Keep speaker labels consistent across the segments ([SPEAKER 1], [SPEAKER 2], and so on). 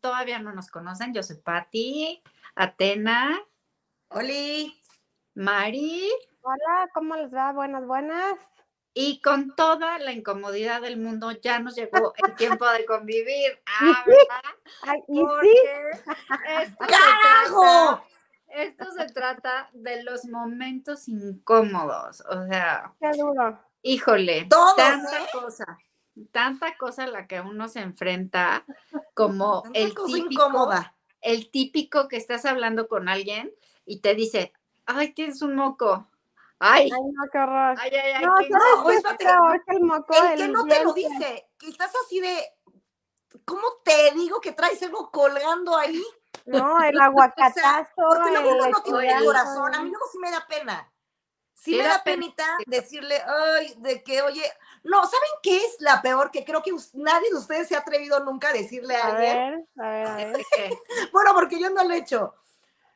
[SPEAKER 1] todavía no nos conocen, yo soy Patti, Atena.
[SPEAKER 2] Oli.
[SPEAKER 1] Mari.
[SPEAKER 3] Hola, ¿cómo les va? Buenas, buenas.
[SPEAKER 1] Y con toda la incomodidad del mundo, ya nos llegó el tiempo de convivir. Ah, ¿verdad?
[SPEAKER 3] ¿Y
[SPEAKER 1] esto se
[SPEAKER 2] ¡Ah, ¡Carajo!
[SPEAKER 1] trata- esto se trata de los momentos incómodos. O sea,
[SPEAKER 3] Qué duro.
[SPEAKER 1] híjole,
[SPEAKER 2] Todos,
[SPEAKER 1] tanta
[SPEAKER 2] ¿eh?
[SPEAKER 1] cosa, tanta cosa a la que uno se enfrenta como
[SPEAKER 2] Tanta
[SPEAKER 1] el
[SPEAKER 2] cosa
[SPEAKER 1] típico,
[SPEAKER 2] incómoda.
[SPEAKER 1] el típico que estás hablando con alguien y te dice, ay, tienes un moco. Ay,
[SPEAKER 3] Ay, no, qué horror.
[SPEAKER 1] ay, ay, ay.
[SPEAKER 3] no,
[SPEAKER 1] qué
[SPEAKER 3] qué horror,
[SPEAKER 2] no, pues,
[SPEAKER 3] es
[SPEAKER 2] espérate.
[SPEAKER 3] peor que el moco
[SPEAKER 2] El que
[SPEAKER 3] del
[SPEAKER 2] no te lo
[SPEAKER 3] diente.
[SPEAKER 2] dice, que estás así de. ¿Cómo te digo que traes algo colgando ahí?
[SPEAKER 3] No, el aguacatazo.
[SPEAKER 2] Porque luego
[SPEAKER 3] el
[SPEAKER 2] uno no tiene
[SPEAKER 1] lechugazo.
[SPEAKER 2] corazón. A mí luego sí me da pena. Sí,
[SPEAKER 1] Sí
[SPEAKER 2] me
[SPEAKER 1] da
[SPEAKER 2] da
[SPEAKER 1] pena.
[SPEAKER 2] penita decirle, ay, de que, oye, no, ¿saben qué es la peor? Que creo que us- nadie de ustedes se ha atrevido nunca a decirle a
[SPEAKER 3] A
[SPEAKER 2] alguien.
[SPEAKER 3] ver, a ver, a ver.
[SPEAKER 1] ¿Qué?
[SPEAKER 2] Bueno, porque yo no lo he hecho.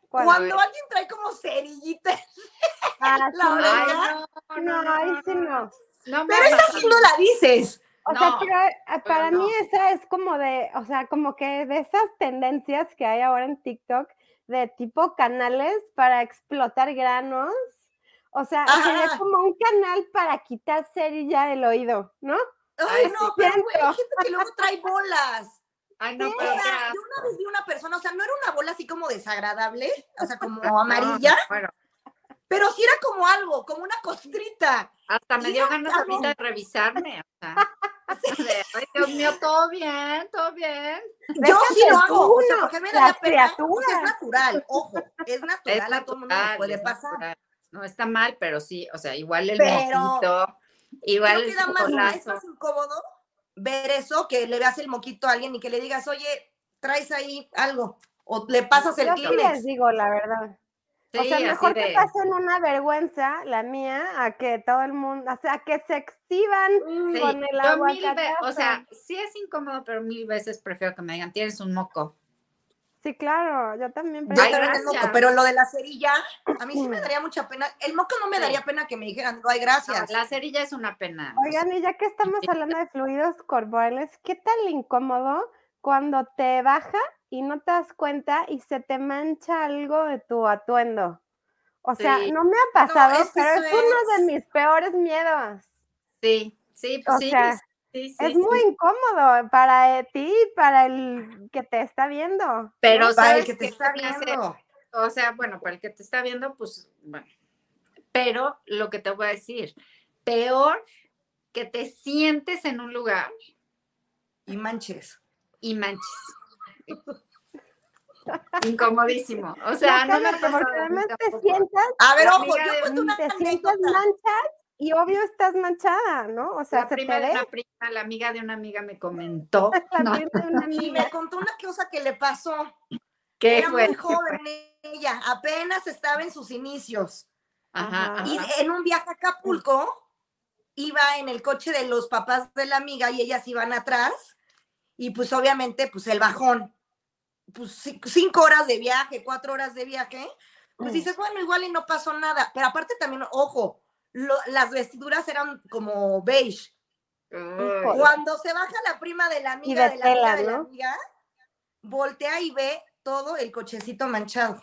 [SPEAKER 3] ¿cuál?
[SPEAKER 2] Cuando alguien trae como cerillita,
[SPEAKER 3] Ah, sí,
[SPEAKER 2] la
[SPEAKER 3] no,
[SPEAKER 2] oreja.
[SPEAKER 1] Ay, no, no,
[SPEAKER 3] No, ahí sí no.
[SPEAKER 1] No me
[SPEAKER 2] pero esa sí no la dices.
[SPEAKER 3] O sea,
[SPEAKER 1] No,
[SPEAKER 3] pero eh, para
[SPEAKER 1] no.
[SPEAKER 3] mí esa es como de, o sea, como que de esas tendencias que hay ahora en TikTok de tipo canales para explotar granos. O sea, sería
[SPEAKER 2] Ajá.
[SPEAKER 3] como un canal para quitar cerilla del oído, ¿no?
[SPEAKER 2] Ay,
[SPEAKER 1] Ay,
[SPEAKER 2] no,
[SPEAKER 3] sí,
[SPEAKER 2] pero güey, hay
[SPEAKER 3] siento.
[SPEAKER 2] gente que luego trae bolas.
[SPEAKER 1] Ay, no,
[SPEAKER 2] O
[SPEAKER 1] pero
[SPEAKER 2] sea,
[SPEAKER 1] qué asco.
[SPEAKER 2] yo una vez vi una persona, o sea, no era una bola así como desagradable, o sea, como
[SPEAKER 1] No,
[SPEAKER 2] amarilla,
[SPEAKER 1] me muero.
[SPEAKER 2] pero sí era como algo, como una costrita.
[SPEAKER 1] hasta me dio
[SPEAKER 2] Mira,
[SPEAKER 1] ganas
[SPEAKER 2] cabrón.
[SPEAKER 1] ahorita de revisarme. O sea, de, ay, Dios mío, todo bien, todo bien.
[SPEAKER 2] Yo sí
[SPEAKER 3] Déjate
[SPEAKER 2] lo hago, o sea,
[SPEAKER 3] uno,
[SPEAKER 2] porque me da pena.
[SPEAKER 3] las
[SPEAKER 2] O sea, es
[SPEAKER 3] criaturas.
[SPEAKER 2] natural, ojo, es natural,
[SPEAKER 1] Es
[SPEAKER 2] Pues, a todo mundo nos
[SPEAKER 1] natural,
[SPEAKER 2] puede
[SPEAKER 1] es
[SPEAKER 2] pasar.
[SPEAKER 1] natural. No está mal, pero sí, o sea, igual el
[SPEAKER 2] Pero-
[SPEAKER 1] mojito, igual
[SPEAKER 2] Creo
[SPEAKER 1] el
[SPEAKER 2] que da más, es
[SPEAKER 1] chocolazo.
[SPEAKER 2] más incómodo ver eso que le veas el moquito a alguien y que le digas, oye, traes ahí algo, o le pasas el
[SPEAKER 3] Yo sí
[SPEAKER 2] Kleenex.
[SPEAKER 3] les digo la verdad. o
[SPEAKER 1] Sí,
[SPEAKER 3] sea,
[SPEAKER 1] así
[SPEAKER 3] mejor
[SPEAKER 1] de,
[SPEAKER 3] que pasen una vergüenza, la mía, a que todo el mundo, o sea, a que se exhiban
[SPEAKER 2] Mm,
[SPEAKER 1] sí,
[SPEAKER 3] con el
[SPEAKER 1] yo mil ve-
[SPEAKER 3] aguacatazo.
[SPEAKER 1] O sea, sí es incómodo, pero mil veces prefiero que me digan, tienes un moco.
[SPEAKER 3] Sí, claro, yo también.
[SPEAKER 2] Yo
[SPEAKER 1] Ay,
[SPEAKER 3] prefiero
[SPEAKER 2] también el
[SPEAKER 1] gracias. Mm.
[SPEAKER 2] moco, pero lo de la cerilla, a mí sí me daría mucha pena. El moco no me
[SPEAKER 1] Sí.
[SPEAKER 2] daría pena que me dijeran, no, ay,
[SPEAKER 1] No,
[SPEAKER 2] gracias.
[SPEAKER 1] la cerilla es una pena. o sea,
[SPEAKER 3] Oigan, y ya que estamos hablando de fluidos corporales, ¿qué tal incómodo cuando te baja y no te das cuenta y se te mancha algo de tu atuendo? O sea,
[SPEAKER 1] Sí.
[SPEAKER 3] no me ha pasado,
[SPEAKER 2] es que
[SPEAKER 3] pero
[SPEAKER 2] eso
[SPEAKER 3] es uno
[SPEAKER 2] es-
[SPEAKER 3] de mis peores miedos.
[SPEAKER 1] sí, sí, pues
[SPEAKER 3] O
[SPEAKER 1] sí,
[SPEAKER 3] sea,
[SPEAKER 1] sí, sí,
[SPEAKER 3] es
[SPEAKER 1] sí,
[SPEAKER 3] muy incómodo para eh, ti y para el que te está viendo.
[SPEAKER 1] Pero
[SPEAKER 2] Para
[SPEAKER 1] sabes
[SPEAKER 2] el que te
[SPEAKER 1] qué
[SPEAKER 2] está
[SPEAKER 1] clase-
[SPEAKER 2] viendo.
[SPEAKER 1] o sea, bueno, para el que te está viendo, pues, bueno. Pero lo que te voy a decir, peor que te sientes en un lugar
[SPEAKER 2] Y manches.
[SPEAKER 1] y manches. Incomodísimo. O sea, no, me ha
[SPEAKER 3] cállate, porque
[SPEAKER 1] pasado a mí
[SPEAKER 3] además te
[SPEAKER 1] tampoco.
[SPEAKER 3] sientas,
[SPEAKER 2] A ver,
[SPEAKER 1] La
[SPEAKER 2] ojo,
[SPEAKER 1] amiga de
[SPEAKER 2] yo cuento una
[SPEAKER 3] te sientas
[SPEAKER 2] anécdota.
[SPEAKER 3] manchas y obvio estás manchada, ¿no? O sea,
[SPEAKER 1] La
[SPEAKER 3] se te
[SPEAKER 1] prima de
[SPEAKER 3] ve
[SPEAKER 1] una prima, la amiga de una amiga me comentó
[SPEAKER 3] la
[SPEAKER 1] ¿no?
[SPEAKER 3] piel de una
[SPEAKER 2] Y
[SPEAKER 3] amiga.
[SPEAKER 2] me contó una cosa que le pasó.
[SPEAKER 1] que
[SPEAKER 2] Era
[SPEAKER 1] fue.
[SPEAKER 2] muy joven ella, apenas estaba en sus inicios.
[SPEAKER 1] Ajá,
[SPEAKER 2] Y
[SPEAKER 1] ajá.
[SPEAKER 2] en un viaje a Acapulco, iba en el coche de los papás de la amiga y ellas iban atrás. Y pues obviamente, pues el bajón. Pues ci- cinco horas de viaje, cuatro horas de viaje. Pues
[SPEAKER 3] Mm.
[SPEAKER 2] dices, bueno, igual y no pasó nada. Pero aparte también, ojo, lo- las vestiduras eran como beige.
[SPEAKER 1] Uy,
[SPEAKER 3] Hola.
[SPEAKER 2] Cuando se baja la prima de la amiga
[SPEAKER 3] de
[SPEAKER 2] de, la amiga
[SPEAKER 3] tela,
[SPEAKER 2] de la
[SPEAKER 3] ¿no?
[SPEAKER 2] amiga, voltea y ve todo el cochecito manchado.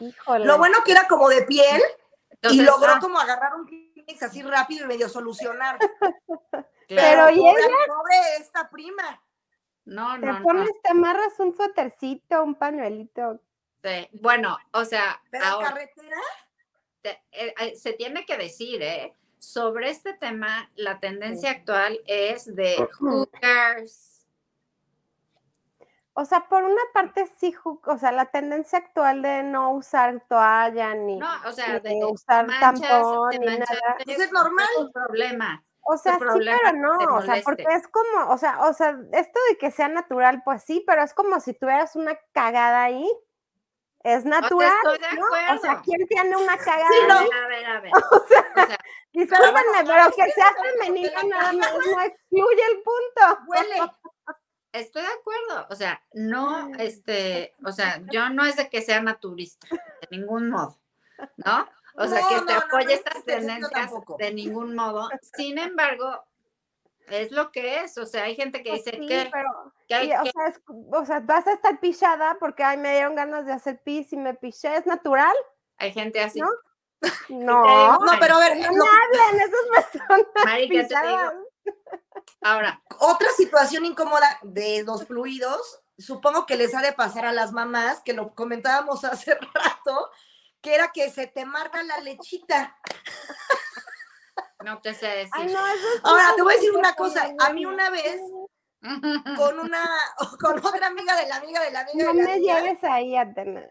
[SPEAKER 3] Híjole.
[SPEAKER 2] Lo bueno que era como de piel y
[SPEAKER 1] Mm. entonces,
[SPEAKER 2] logró
[SPEAKER 1] ah,
[SPEAKER 2] como agarrar un Kleenex así rápido y medio solucionar.
[SPEAKER 1] claro.
[SPEAKER 3] Pero, ¿y
[SPEAKER 2] pobre, pobre esta prima.
[SPEAKER 1] no,
[SPEAKER 3] Te
[SPEAKER 1] no, no.
[SPEAKER 3] pones, te amarras un suétercito, un pañuelito.
[SPEAKER 1] sí. Bueno, o sea,
[SPEAKER 2] Pero en
[SPEAKER 1] ahora
[SPEAKER 2] carretera,
[SPEAKER 1] te- eh, eh, se tiene que decir, ¿eh? Sobre este tema, la tendencia actual es de hookers.
[SPEAKER 3] O sea, por una parte sí, ju- o sea, la tendencia actual de no usar toalla ni,
[SPEAKER 1] No, o sea,
[SPEAKER 3] ni
[SPEAKER 1] de
[SPEAKER 3] usar
[SPEAKER 1] manchas,
[SPEAKER 3] tampón
[SPEAKER 1] te
[SPEAKER 3] ni nada.
[SPEAKER 1] manchaste,
[SPEAKER 2] Pues es normal.
[SPEAKER 1] es un problema.
[SPEAKER 3] O sea, sí,
[SPEAKER 1] problema
[SPEAKER 3] pero
[SPEAKER 1] que te
[SPEAKER 3] no, o sea, porque
[SPEAKER 1] moleste.
[SPEAKER 3] es como, o sea, o sea, esto de que sea natural, pues sí, pero es como si tuvieras una cagada ahí. Es natural,
[SPEAKER 1] estoy de
[SPEAKER 3] ¿no? O sea,
[SPEAKER 1] acuerdo.
[SPEAKER 3] ¿quién tiene una cagada
[SPEAKER 2] Sí, no.
[SPEAKER 3] ahí?
[SPEAKER 1] A ver, a ver. o sea,
[SPEAKER 3] Discúlpenme,
[SPEAKER 2] bueno,
[SPEAKER 3] pero
[SPEAKER 2] estoy
[SPEAKER 3] que
[SPEAKER 2] de
[SPEAKER 3] sea
[SPEAKER 2] acuerdo, porque
[SPEAKER 3] femenino
[SPEAKER 2] la
[SPEAKER 3] nada más
[SPEAKER 2] cagada
[SPEAKER 3] no excluye el punto.
[SPEAKER 2] huele.
[SPEAKER 1] Estoy de acuerdo, o sea, no,
[SPEAKER 3] Ay.
[SPEAKER 1] este, o sea, yo no es de que sea naturista, de ningún modo, ¿no? O sea,
[SPEAKER 2] No,
[SPEAKER 1] que se
[SPEAKER 2] no, no, no
[SPEAKER 1] apoye
[SPEAKER 2] es
[SPEAKER 1] estas
[SPEAKER 2] tendencia
[SPEAKER 1] tendencias
[SPEAKER 2] tampoco.
[SPEAKER 1] de ningún modo. Sin embargo, Es lo que es, o sea, hay gente que
[SPEAKER 3] Pues
[SPEAKER 1] dice
[SPEAKER 3] sí,
[SPEAKER 1] que,
[SPEAKER 3] pero
[SPEAKER 1] que hay
[SPEAKER 3] Y, o,
[SPEAKER 1] que-
[SPEAKER 3] sea, es- o sea, vas a estar pichada porque ay, me dieron ganas de hacer pis y me piché. ¿Es natural?
[SPEAKER 1] hay gente así.
[SPEAKER 3] ¿no?
[SPEAKER 1] digo,
[SPEAKER 3] No,
[SPEAKER 2] No, pero a ver, lo-
[SPEAKER 3] hablen esas personas
[SPEAKER 1] Mari, ya te
[SPEAKER 3] pichadas.
[SPEAKER 1] digo. Ahora,
[SPEAKER 2] otra situación incómoda de los fluidos, supongo que les ha de pasar a las mamás, que lo comentábamos hace rato, que era que se te marca la lechita.
[SPEAKER 1] no te sé decir.
[SPEAKER 3] Ay, no, eso es
[SPEAKER 2] Ahora,
[SPEAKER 3] una
[SPEAKER 2] te voy a decir una cosa,
[SPEAKER 3] estupidez,
[SPEAKER 2] a mí una vez, con una, con otra amiga de la amiga de la amiga
[SPEAKER 3] No
[SPEAKER 2] de la
[SPEAKER 3] me
[SPEAKER 2] amiga,
[SPEAKER 3] lleves ahí, Atena.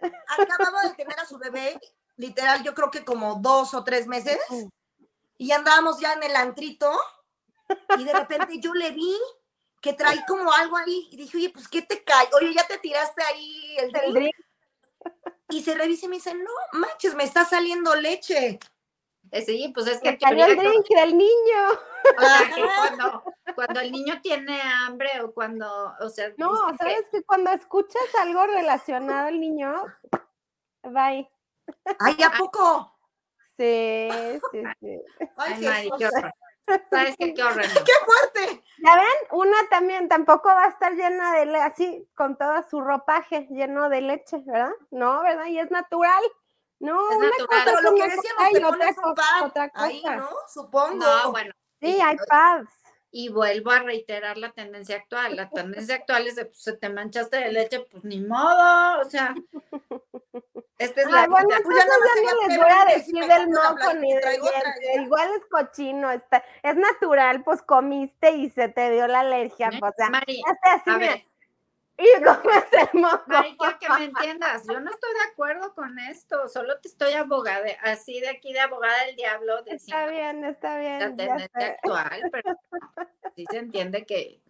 [SPEAKER 2] acababa de tener a su bebé, literal, yo creo que como dos o tres meses, y andábamos ya en el antrito, y de repente yo le vi que traí como algo ahí, y dije, oye, pues, ¿qué te cae? Oye, ya te tiraste ahí el drink. Y se revisa y me dice, no manches, me está saliendo leche.
[SPEAKER 1] Eh, Sí, pues es que
[SPEAKER 3] Que
[SPEAKER 1] en teoría,
[SPEAKER 3] cayó el drink del niño.
[SPEAKER 1] o sea, que cuando, cuando el niño tiene hambre o cuando, o sea,
[SPEAKER 3] No,
[SPEAKER 1] dicen que-
[SPEAKER 3] sabes que cuando escuchas algo relacionado al niño, bye.
[SPEAKER 2] Ay, ¿a poco?
[SPEAKER 3] Sí, sí, sí.
[SPEAKER 2] Ay,
[SPEAKER 1] Ay, Mari,
[SPEAKER 2] Jesús,
[SPEAKER 1] qué horror. ¿Sabes qué? Qué horror.
[SPEAKER 2] ¡Qué fuerte!
[SPEAKER 3] Ya ven, una también tampoco va a estar llena de leche, así con todo su ropaje lleno de leche, ¿verdad? No, ¿verdad? Y es natural. No,
[SPEAKER 1] Es
[SPEAKER 3] una
[SPEAKER 1] natural.
[SPEAKER 3] cosa
[SPEAKER 2] Pero
[SPEAKER 3] es
[SPEAKER 2] lo que
[SPEAKER 3] una cosa
[SPEAKER 2] decíamos,
[SPEAKER 3] y
[SPEAKER 2] te
[SPEAKER 3] otra
[SPEAKER 2] pones un
[SPEAKER 3] cosa es
[SPEAKER 2] pad
[SPEAKER 3] otra
[SPEAKER 2] ahí,
[SPEAKER 3] cosa. Ah,
[SPEAKER 2] ¿no? Supongo.
[SPEAKER 1] No, bueno,
[SPEAKER 3] Sí, hay pads.
[SPEAKER 1] y vuelvo a reiterar la tendencia actual. La tendencia actual es de, pues, se te manchaste de leche, pues ni modo, o sea. Esta es la
[SPEAKER 3] Ay, Ah, bueno,
[SPEAKER 1] vida.
[SPEAKER 2] pues ya
[SPEAKER 3] entonces
[SPEAKER 2] nada más
[SPEAKER 3] ya
[SPEAKER 2] sería
[SPEAKER 3] no les
[SPEAKER 2] peor
[SPEAKER 3] voy a
[SPEAKER 2] que si
[SPEAKER 3] decir
[SPEAKER 2] me
[SPEAKER 3] del
[SPEAKER 2] compro una
[SPEAKER 3] moco
[SPEAKER 2] blanca
[SPEAKER 3] ni
[SPEAKER 2] y
[SPEAKER 3] del
[SPEAKER 2] traigo otra,
[SPEAKER 3] diente.
[SPEAKER 2] ya.
[SPEAKER 3] Igual es cochino, está, es natural, pues comiste y se te dio la alergia,
[SPEAKER 1] Mira,
[SPEAKER 3] pues, o sea,
[SPEAKER 1] Mari,
[SPEAKER 3] ya está así,
[SPEAKER 1] a
[SPEAKER 3] mira,
[SPEAKER 1] ver,
[SPEAKER 3] y comes el moco.
[SPEAKER 1] Mari, quiero que me entiendas. Yo no estoy de acuerdo con esto. Solo te estoy abogada, así de aquí de abogada del diablo,
[SPEAKER 3] Está
[SPEAKER 1] diciendo
[SPEAKER 3] bien, está
[SPEAKER 1] la
[SPEAKER 3] bien. ya
[SPEAKER 1] tendencia
[SPEAKER 3] sé.
[SPEAKER 1] actual, pero sí se entiende que,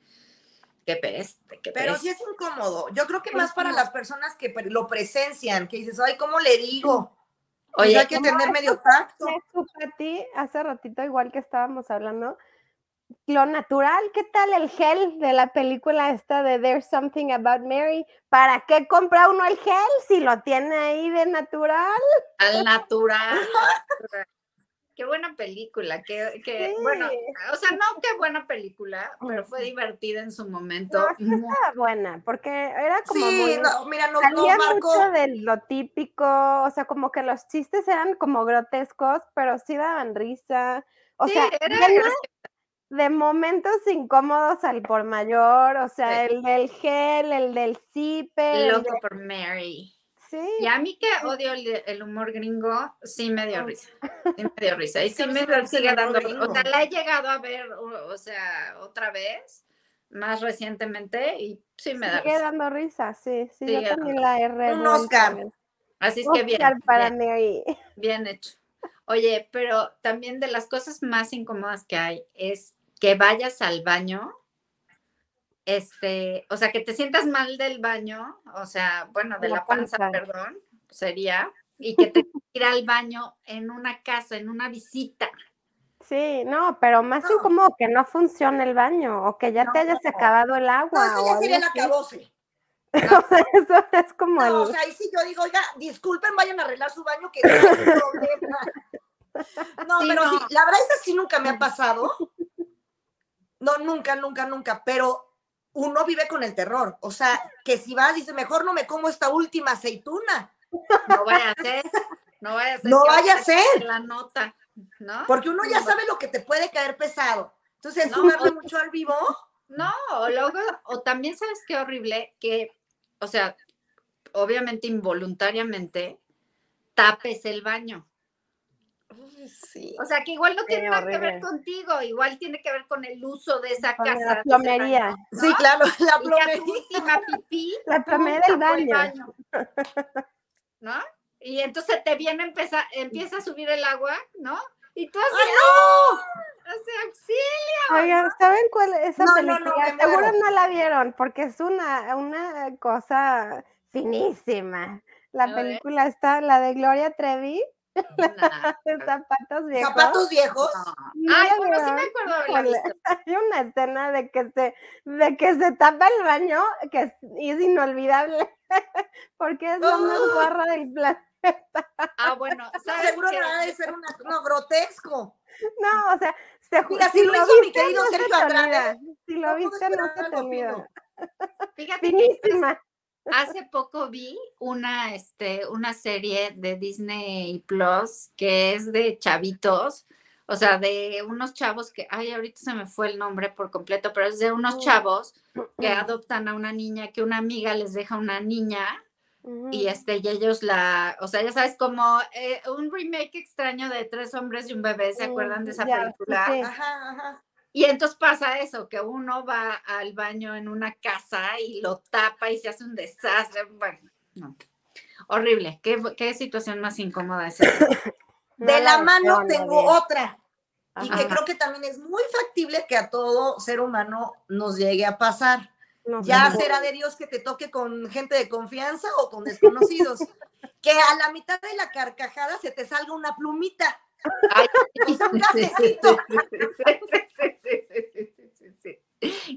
[SPEAKER 1] que peste, que
[SPEAKER 2] Pero
[SPEAKER 1] peste.
[SPEAKER 2] sí es incómodo. Yo creo que
[SPEAKER 3] Es
[SPEAKER 2] más para
[SPEAKER 3] incómodo.
[SPEAKER 2] las personas que pre- lo presencian, que dices, ay, ¿cómo le digo? Pues
[SPEAKER 1] Oye,
[SPEAKER 2] hay que tener medio tacto.
[SPEAKER 3] Me supe a ti hace ratito, igual que estábamos hablando, lo natural, ¿qué tal el gel de la película esta de There's Something About Mary? ¿Para qué compra uno el gel si lo tiene ahí de natural?
[SPEAKER 1] Al natural. al natural. Qué buena película, qué,
[SPEAKER 2] Eh,
[SPEAKER 1] qué- bueno,
[SPEAKER 3] Sí.
[SPEAKER 1] o sea, no qué buena película, pero fue divertida en su momento.
[SPEAKER 3] No, es que
[SPEAKER 1] Mu-
[SPEAKER 3] estaba buena, porque era como
[SPEAKER 2] Sí,
[SPEAKER 3] muy...
[SPEAKER 2] no, mira, nos, nos
[SPEAKER 3] Salía mucho
[SPEAKER 2] marcó.
[SPEAKER 3] de lo típico, o sea, como que los chistes eran como grotescos, pero sí daban risa. O
[SPEAKER 1] Sí,
[SPEAKER 3] sea,
[SPEAKER 1] era
[SPEAKER 3] llena
[SPEAKER 1] graciosa.
[SPEAKER 3] de momentos incómodos al por mayor, o sea, el del gel, el del cipe, el
[SPEAKER 1] Loco
[SPEAKER 3] de-
[SPEAKER 1] por Mary.
[SPEAKER 3] sí,
[SPEAKER 1] Y a mí que odio el, el humor gringo, sí me dio
[SPEAKER 3] Mm.
[SPEAKER 1] risa. Sí me dio risa. Y
[SPEAKER 2] Es
[SPEAKER 1] sí
[SPEAKER 2] que a mí
[SPEAKER 1] me
[SPEAKER 2] sí me gusta el
[SPEAKER 1] sigue
[SPEAKER 2] humor
[SPEAKER 1] dando. O
[SPEAKER 2] gringo.
[SPEAKER 1] sea, la he llegado a ver, o, o sea, otra vez, más recientemente, y sí me da
[SPEAKER 3] sigue
[SPEAKER 1] risa.
[SPEAKER 3] dando risa, sí, sí,
[SPEAKER 1] Sigue
[SPEAKER 3] yo
[SPEAKER 1] dando
[SPEAKER 3] también la R.
[SPEAKER 2] Un Oscar.
[SPEAKER 1] Así es que bien,
[SPEAKER 3] Oscar para
[SPEAKER 1] bien,
[SPEAKER 3] Mary.
[SPEAKER 1] bien hecho. Oye, pero también de las cosas más incómodas que hay es que vayas al baño. Este, o sea, que te sientas mal del baño, o sea, bueno, de
[SPEAKER 3] De la
[SPEAKER 1] la, panza,
[SPEAKER 3] panza.
[SPEAKER 1] perdón, sería, y que te ir al baño en una casa, en una visita.
[SPEAKER 3] Sí, no, pero más
[SPEAKER 2] No.
[SPEAKER 3] incómodo que no funcione el baño o que ya te hayas
[SPEAKER 2] No.
[SPEAKER 3] acabado el agua.
[SPEAKER 2] No, eso
[SPEAKER 3] o
[SPEAKER 2] ya
[SPEAKER 3] algo
[SPEAKER 2] sería el
[SPEAKER 3] así.
[SPEAKER 2] acabose.
[SPEAKER 3] Eso es como
[SPEAKER 2] No, o
[SPEAKER 3] el...
[SPEAKER 2] sea, ahí sí yo digo, oiga, disculpen, vayan a arreglar su baño, que no hay problema. No,
[SPEAKER 1] Sí,
[SPEAKER 2] pero
[SPEAKER 1] no.
[SPEAKER 2] sí, la verdad es que sí nunca me ha pasado. No, nunca, nunca, nunca, pero uno vive con el terror. O sea, que si vas, dice, mejor no me como esta última aceituna.
[SPEAKER 1] No vaya a ser, no vaya a ser.
[SPEAKER 2] No
[SPEAKER 1] que
[SPEAKER 2] vaya a
[SPEAKER 1] ahorita
[SPEAKER 2] ser,
[SPEAKER 1] te La nota, ¿no?
[SPEAKER 2] porque uno ya sabe lo que te puede caer pesado. Entonces,
[SPEAKER 1] No,
[SPEAKER 2] jugarle
[SPEAKER 1] o-
[SPEAKER 2] mucho al vivo.
[SPEAKER 1] No, o luego, o también sabes qué horrible, que, o sea, obviamente involuntariamente, tapes el baño.
[SPEAKER 2] Sí.
[SPEAKER 1] O sea, que igual no tiene nada que ver
[SPEAKER 3] horrible.
[SPEAKER 1] contigo, igual tiene que ver con el uso de esa
[SPEAKER 3] con
[SPEAKER 1] casa. de
[SPEAKER 3] La
[SPEAKER 1] ese baño.
[SPEAKER 3] plomería,
[SPEAKER 2] Sí, claro, la
[SPEAKER 1] Y ya tu
[SPEAKER 2] plomería.
[SPEAKER 1] última pipí
[SPEAKER 3] la plomería del
[SPEAKER 1] tapó el
[SPEAKER 3] baño.
[SPEAKER 1] baño, ¿No? Y entonces te viene, empieza, empieza a subir el agua, ¿no? Y tú así,
[SPEAKER 2] ¡Ay, ¡Ah, no!
[SPEAKER 1] así, sí.
[SPEAKER 3] Oigan, ¿saben cuál es esa
[SPEAKER 2] No, no, no,
[SPEAKER 3] película?
[SPEAKER 2] me
[SPEAKER 3] Seguro
[SPEAKER 2] muero.
[SPEAKER 3] no la vieron, porque es una, una cosa finísima.
[SPEAKER 1] A
[SPEAKER 3] La
[SPEAKER 1] ver.
[SPEAKER 3] película está, la de Gloria Trevi,
[SPEAKER 1] Nah,
[SPEAKER 3] de zapatos viejos.
[SPEAKER 2] Ah. Zapatos viejos.
[SPEAKER 1] no.
[SPEAKER 3] No
[SPEAKER 1] Ay,
[SPEAKER 3] la
[SPEAKER 1] bueno, sí me
[SPEAKER 3] vieron.
[SPEAKER 1] acuerdo haberla
[SPEAKER 3] Híjole.
[SPEAKER 1] visto.
[SPEAKER 3] Hay una escena de que se, de que se tapa el baño, que es, y es inolvidable, porque es lo más
[SPEAKER 2] Ah.
[SPEAKER 3] guarra del planeta.
[SPEAKER 1] Ah, bueno, ¿sabes
[SPEAKER 2] Seguro
[SPEAKER 1] qué?
[SPEAKER 2] no ha de ser una- no, grotesco.
[SPEAKER 3] No, o sea, se ju-
[SPEAKER 2] Mira, si lo hizo mi
[SPEAKER 3] viste,
[SPEAKER 2] querido
[SPEAKER 3] no se
[SPEAKER 2] Sergio
[SPEAKER 3] te
[SPEAKER 2] Andrade,
[SPEAKER 3] olvida. Si lo
[SPEAKER 2] No puedo
[SPEAKER 3] viste, no
[SPEAKER 2] esperar
[SPEAKER 3] se te
[SPEAKER 2] algo
[SPEAKER 3] olvida.
[SPEAKER 2] fino.
[SPEAKER 1] Fíjate que
[SPEAKER 3] Finísima.
[SPEAKER 1] hace poco vi una, este, una serie de Disney Plus que es de chavitos, o sea, de unos chavos que, ay, ahorita se me fue el nombre por completo, pero es de unos
[SPEAKER 3] Mm.
[SPEAKER 1] chavos que adoptan a una niña, que una amiga les deja una niña
[SPEAKER 3] Ujú.
[SPEAKER 1] y este y ellos la, o sea, ya sabes como eh, un remake extraño de Tres hombres y un bebé, ¿se
[SPEAKER 3] Mm,
[SPEAKER 1] acuerdan de esa
[SPEAKER 3] ya, sí,
[SPEAKER 1] película?
[SPEAKER 3] sí.
[SPEAKER 2] Ajá, ajá.
[SPEAKER 1] Y entonces pasa eso, que uno va al baño en una casa y lo tapa y se hace un desastre. Bueno, no. Horrible. ¿Qué, qué situación más incómoda es esa?
[SPEAKER 3] No
[SPEAKER 2] De la
[SPEAKER 3] veo,
[SPEAKER 2] mano
[SPEAKER 3] no
[SPEAKER 2] tengo
[SPEAKER 3] veo.
[SPEAKER 2] otra. Y
[SPEAKER 3] Ajá.
[SPEAKER 2] que creo que también es muy factible que a todo ser humano nos llegue a pasar.
[SPEAKER 3] No sé.
[SPEAKER 2] Ya será de Dios que te toque con gente de confianza o con desconocidos. que a la mitad de la carcajada se te salga una plumita.
[SPEAKER 1] Ay.
[SPEAKER 2] O sea, un gasecito.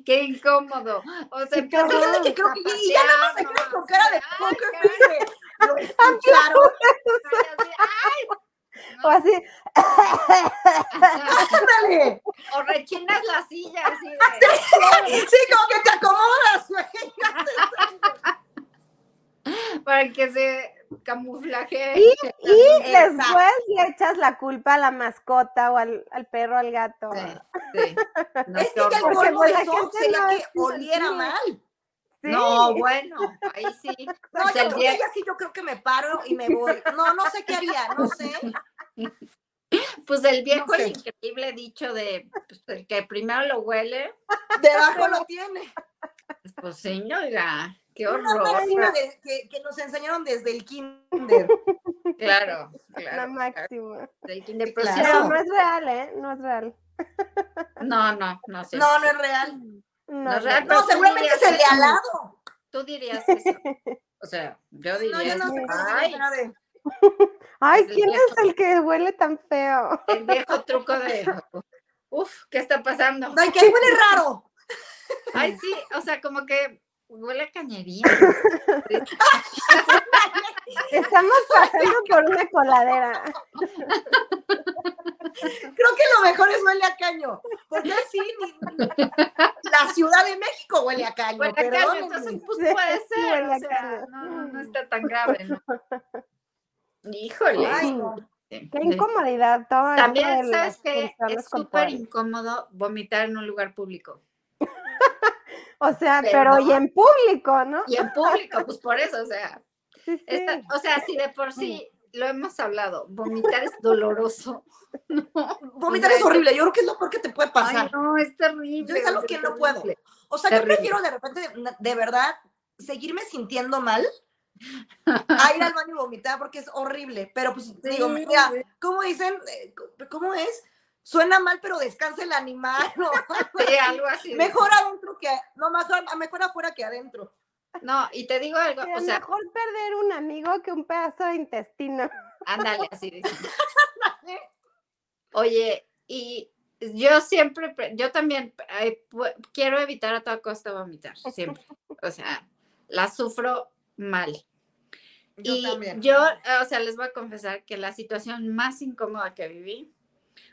[SPEAKER 1] Qué incómodo. O sea,
[SPEAKER 3] Sí, qué
[SPEAKER 1] empiezas
[SPEAKER 3] horror.
[SPEAKER 1] a
[SPEAKER 2] que creo que ya- y ya nada más te
[SPEAKER 1] pasear,
[SPEAKER 2] quedas
[SPEAKER 1] ¿no?
[SPEAKER 2] con cara de
[SPEAKER 1] Ay,
[SPEAKER 2] poker
[SPEAKER 1] caray,
[SPEAKER 2] face de, Lo escucharon.
[SPEAKER 1] así, ay,
[SPEAKER 3] O
[SPEAKER 1] no,
[SPEAKER 3] así.
[SPEAKER 1] ajá.
[SPEAKER 2] Ándale.
[SPEAKER 1] ah, O rechinas la silla así de-
[SPEAKER 2] Sí, como que te acomodas, güey.
[SPEAKER 1] para que se camuflaje.
[SPEAKER 3] Y, y
[SPEAKER 2] Exacto.
[SPEAKER 3] después le echas la culpa a la mascota o al, al perro, al gato.
[SPEAKER 1] Sí, sí. No,
[SPEAKER 2] Es que
[SPEAKER 1] qué
[SPEAKER 2] ya el
[SPEAKER 1] horror.
[SPEAKER 3] Porque,
[SPEAKER 2] colmo
[SPEAKER 3] pues,
[SPEAKER 2] de
[SPEAKER 3] la
[SPEAKER 2] eso
[SPEAKER 3] gente
[SPEAKER 2] sería
[SPEAKER 3] no es
[SPEAKER 2] que oliera
[SPEAKER 3] insensible.
[SPEAKER 2] mal.
[SPEAKER 3] Sí.
[SPEAKER 1] No, bueno, ahí sí.
[SPEAKER 2] No,
[SPEAKER 1] O sea,
[SPEAKER 2] yo
[SPEAKER 1] el
[SPEAKER 2] creo
[SPEAKER 1] día-
[SPEAKER 2] que ya sí, yo creo que me paro y me voy. No, no sé qué haría, no sé.
[SPEAKER 1] Pues el viejo
[SPEAKER 2] No sé.
[SPEAKER 1] y increíble dicho de pues, el que primero lo huele,
[SPEAKER 2] Debajo lo tiene.
[SPEAKER 1] pues sí, oiga, qué
[SPEAKER 2] Una
[SPEAKER 1] horror.
[SPEAKER 2] máxima de- que, que nos enseñaron desde el kinder.
[SPEAKER 1] Claro,
[SPEAKER 3] La
[SPEAKER 1] claro.
[SPEAKER 3] máxima.
[SPEAKER 1] del kinder,
[SPEAKER 2] Sí,
[SPEAKER 1] pero sí,
[SPEAKER 3] Pero
[SPEAKER 2] claro.
[SPEAKER 3] no es real, ¿eh? No es real.
[SPEAKER 1] No, no, no sé.
[SPEAKER 2] No, no es real.
[SPEAKER 3] No,
[SPEAKER 1] es real,
[SPEAKER 3] es real.
[SPEAKER 1] pero
[SPEAKER 2] No,
[SPEAKER 1] tú
[SPEAKER 2] seguramente
[SPEAKER 1] dirías
[SPEAKER 2] es el de
[SPEAKER 1] eso.
[SPEAKER 2] al lado.
[SPEAKER 1] Tú dirías eso. O sea, yo
[SPEAKER 2] No,
[SPEAKER 1] diría
[SPEAKER 2] yo no
[SPEAKER 1] eso.
[SPEAKER 2] sé cómo se
[SPEAKER 1] Ay,
[SPEAKER 2] llama de.
[SPEAKER 3] Ay,
[SPEAKER 1] es el
[SPEAKER 3] ¿quién es
[SPEAKER 1] viejo.
[SPEAKER 3] el que huele tan feo?
[SPEAKER 1] el viejo truco de. Uf, ¿qué está pasando?
[SPEAKER 2] Ay, que huele raro.
[SPEAKER 1] Ay, sí, o sea, como que huele a cañería.
[SPEAKER 3] Estamos pasando por una coladera.
[SPEAKER 2] Creo que lo mejor es huele a caño. Porque sí, ni- la Ciudad de México huele a caño.
[SPEAKER 1] Huele a caña,
[SPEAKER 2] perdónenme.
[SPEAKER 1] entonces pues
[SPEAKER 3] Sí,
[SPEAKER 1] puede ser,
[SPEAKER 3] huele
[SPEAKER 1] o
[SPEAKER 3] a
[SPEAKER 1] sea,
[SPEAKER 3] caña.
[SPEAKER 1] no, no, no está tan grave, ¿no? Híjole.
[SPEAKER 2] Ay, no.
[SPEAKER 1] sí.
[SPEAKER 3] Qué incomodidad todo esto de
[SPEAKER 1] También sabes
[SPEAKER 3] las
[SPEAKER 1] que
[SPEAKER 3] personas
[SPEAKER 1] es
[SPEAKER 3] con
[SPEAKER 1] súper
[SPEAKER 3] poder.
[SPEAKER 1] incómodo vomitar en un lugar público.
[SPEAKER 3] O sea,
[SPEAKER 1] pero
[SPEAKER 3] pero
[SPEAKER 1] no.
[SPEAKER 3] y en público, ¿no?
[SPEAKER 1] Y en público, pues por eso, o sea,
[SPEAKER 3] Sí, sí.
[SPEAKER 1] esta- o sea, si de por sí lo hemos hablado, vomitar es doloroso.
[SPEAKER 2] Vomitar es horrible. Yo creo que es lo peor que te puede pasar.
[SPEAKER 1] Ay, no, es terrible.
[SPEAKER 2] Yo es algo
[SPEAKER 1] o sea,
[SPEAKER 2] que no puedo.
[SPEAKER 1] terrible.
[SPEAKER 2] O sea, yo
[SPEAKER 1] Terrible.
[SPEAKER 2] prefiero de repente, de, de verdad, seguirme sintiendo mal a ir al baño y vomitar porque es horrible. Pero pues digo,
[SPEAKER 1] Sí,
[SPEAKER 2] mira,
[SPEAKER 1] güey.
[SPEAKER 2] ¿cómo dicen? Eh, ¿Cómo es? Suena mal, pero descansa el animal. ¿no?
[SPEAKER 1] Sí, algo así. de-
[SPEAKER 2] mejor adentro que, no, mejor, mejor afuera que adentro.
[SPEAKER 1] No, y te digo algo,
[SPEAKER 3] Pero
[SPEAKER 1] o sea,
[SPEAKER 3] mejor perder un amigo que un pedazo de intestino.
[SPEAKER 1] Ándale, así dicen. Oye, y yo siempre, pre- yo también eh, pu- quiero evitar a toda costa vomitar, siempre. O sea, la sufro mal.
[SPEAKER 2] Yo
[SPEAKER 1] y
[SPEAKER 2] también.
[SPEAKER 1] yo, eh, o sea, les voy a confesar que la situación más incómoda que viví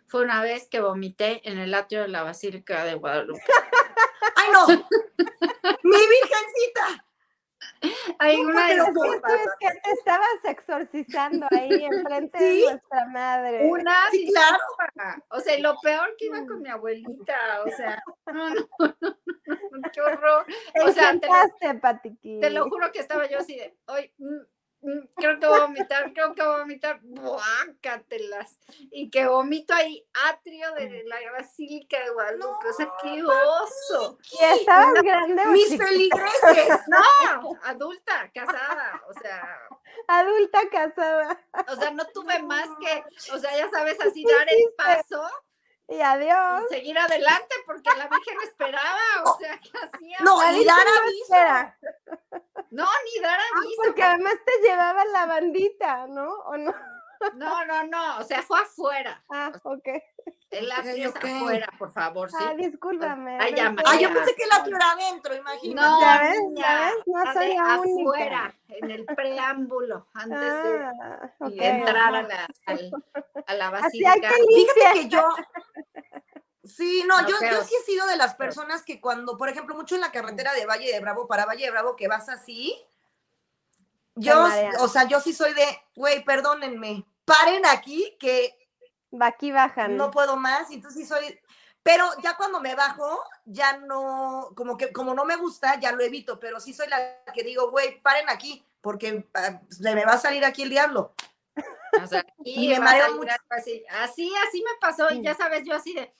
[SPEAKER 1] fue una vez que vomité en el atrio de la Basílica de Guadalupe.
[SPEAKER 2] ¡Ay, no! ¡Mi virgencita!
[SPEAKER 1] Hay
[SPEAKER 2] No,
[SPEAKER 1] una
[SPEAKER 2] pero
[SPEAKER 3] Pero tú
[SPEAKER 1] disculpa.
[SPEAKER 3] es que te estabas exorcizando ahí enfrente
[SPEAKER 2] Sí.
[SPEAKER 3] de nuestra madre.
[SPEAKER 1] Una
[SPEAKER 2] Sí, claro. Mm.
[SPEAKER 1] disculpa. O sea, y lo peor que iba con mi abuelita, o sea, no, no, no, no, no, qué horror.
[SPEAKER 3] Te
[SPEAKER 1] o sea, te lo-
[SPEAKER 3] encantaste, Patiqui.
[SPEAKER 1] Te lo juro que estaba yo así de, hoy creo que voy a vomitar, creo que voy a vomitar, buácatelas. Y que vomito ahí, atrio de la Basílica de Guadalupe, o sea, qué oso.
[SPEAKER 3] ¿Y estabas grande o
[SPEAKER 2] ¡Mis
[SPEAKER 3] chiquita?
[SPEAKER 2] feligreses!
[SPEAKER 1] No, adulta, casada, o sea,
[SPEAKER 3] Adulta casada.
[SPEAKER 1] o sea, no tuve más que, o sea, ya sabes, así
[SPEAKER 3] ¿Qué
[SPEAKER 1] dar el
[SPEAKER 3] hiciste?
[SPEAKER 1] paso
[SPEAKER 3] Y adiós.
[SPEAKER 1] y seguir adelante porque la Virgen esperaba, o sea, ¿qué hacía?
[SPEAKER 2] No, y
[SPEAKER 3] Ahorita
[SPEAKER 2] dar
[SPEAKER 3] no
[SPEAKER 2] aviso.
[SPEAKER 3] espera.
[SPEAKER 1] No, ni dar
[SPEAKER 3] Ah,
[SPEAKER 1] aviso.
[SPEAKER 3] porque además te llevaba la bandita, ¿no? ¿O no?
[SPEAKER 1] No, no, no, o sea, fue afuera.
[SPEAKER 3] Ah, ok.
[SPEAKER 1] El
[SPEAKER 2] Ok,
[SPEAKER 1] atrio es
[SPEAKER 2] ok.
[SPEAKER 1] afuera, por favor, ¿sí?
[SPEAKER 3] Ah, discúlpame.
[SPEAKER 1] Ay,
[SPEAKER 3] no
[SPEAKER 1] ya, ma-
[SPEAKER 3] sabía.
[SPEAKER 2] Ah, yo pensé que la atrio era adentro, imagínate.
[SPEAKER 1] No,
[SPEAKER 3] ¿Ya ves?
[SPEAKER 1] niña,
[SPEAKER 3] ¿Ya ves? No
[SPEAKER 1] Está de
[SPEAKER 3] soy la única.
[SPEAKER 1] afuera, en el preámbulo, antes de
[SPEAKER 3] Ah, ok.
[SPEAKER 1] y entrar a la, al- a la
[SPEAKER 3] Así hay
[SPEAKER 1] basílica.
[SPEAKER 3] que
[SPEAKER 2] Fíjate
[SPEAKER 3] limpiar.
[SPEAKER 2] que yo. Sí, no,
[SPEAKER 1] No,
[SPEAKER 2] yo, yo
[SPEAKER 1] feo.
[SPEAKER 2] sí he sido de las personas que cuando, por ejemplo, mucho en la carretera de Valle de Bravo para Valle de Bravo, que vas así, yo,
[SPEAKER 3] mareas.
[SPEAKER 2] o sea, yo sí soy de, güey, perdónenme, paren aquí que
[SPEAKER 3] Va aquí bajan.
[SPEAKER 2] no puedo más, y entonces sí soy, pero ya cuando me bajo, ya no, como que, como no me gusta, ya lo evito, pero sí soy la que digo, güey, paren aquí, porque ah, se me va a salir aquí el diablo.
[SPEAKER 1] O sea,
[SPEAKER 2] Y
[SPEAKER 1] y vas
[SPEAKER 2] me
[SPEAKER 1] a
[SPEAKER 2] mareo
[SPEAKER 1] ir
[SPEAKER 2] mucho.
[SPEAKER 1] algo Así, así, así me pasó, y
[SPEAKER 3] Sí.
[SPEAKER 1] ya sabes, yo así de.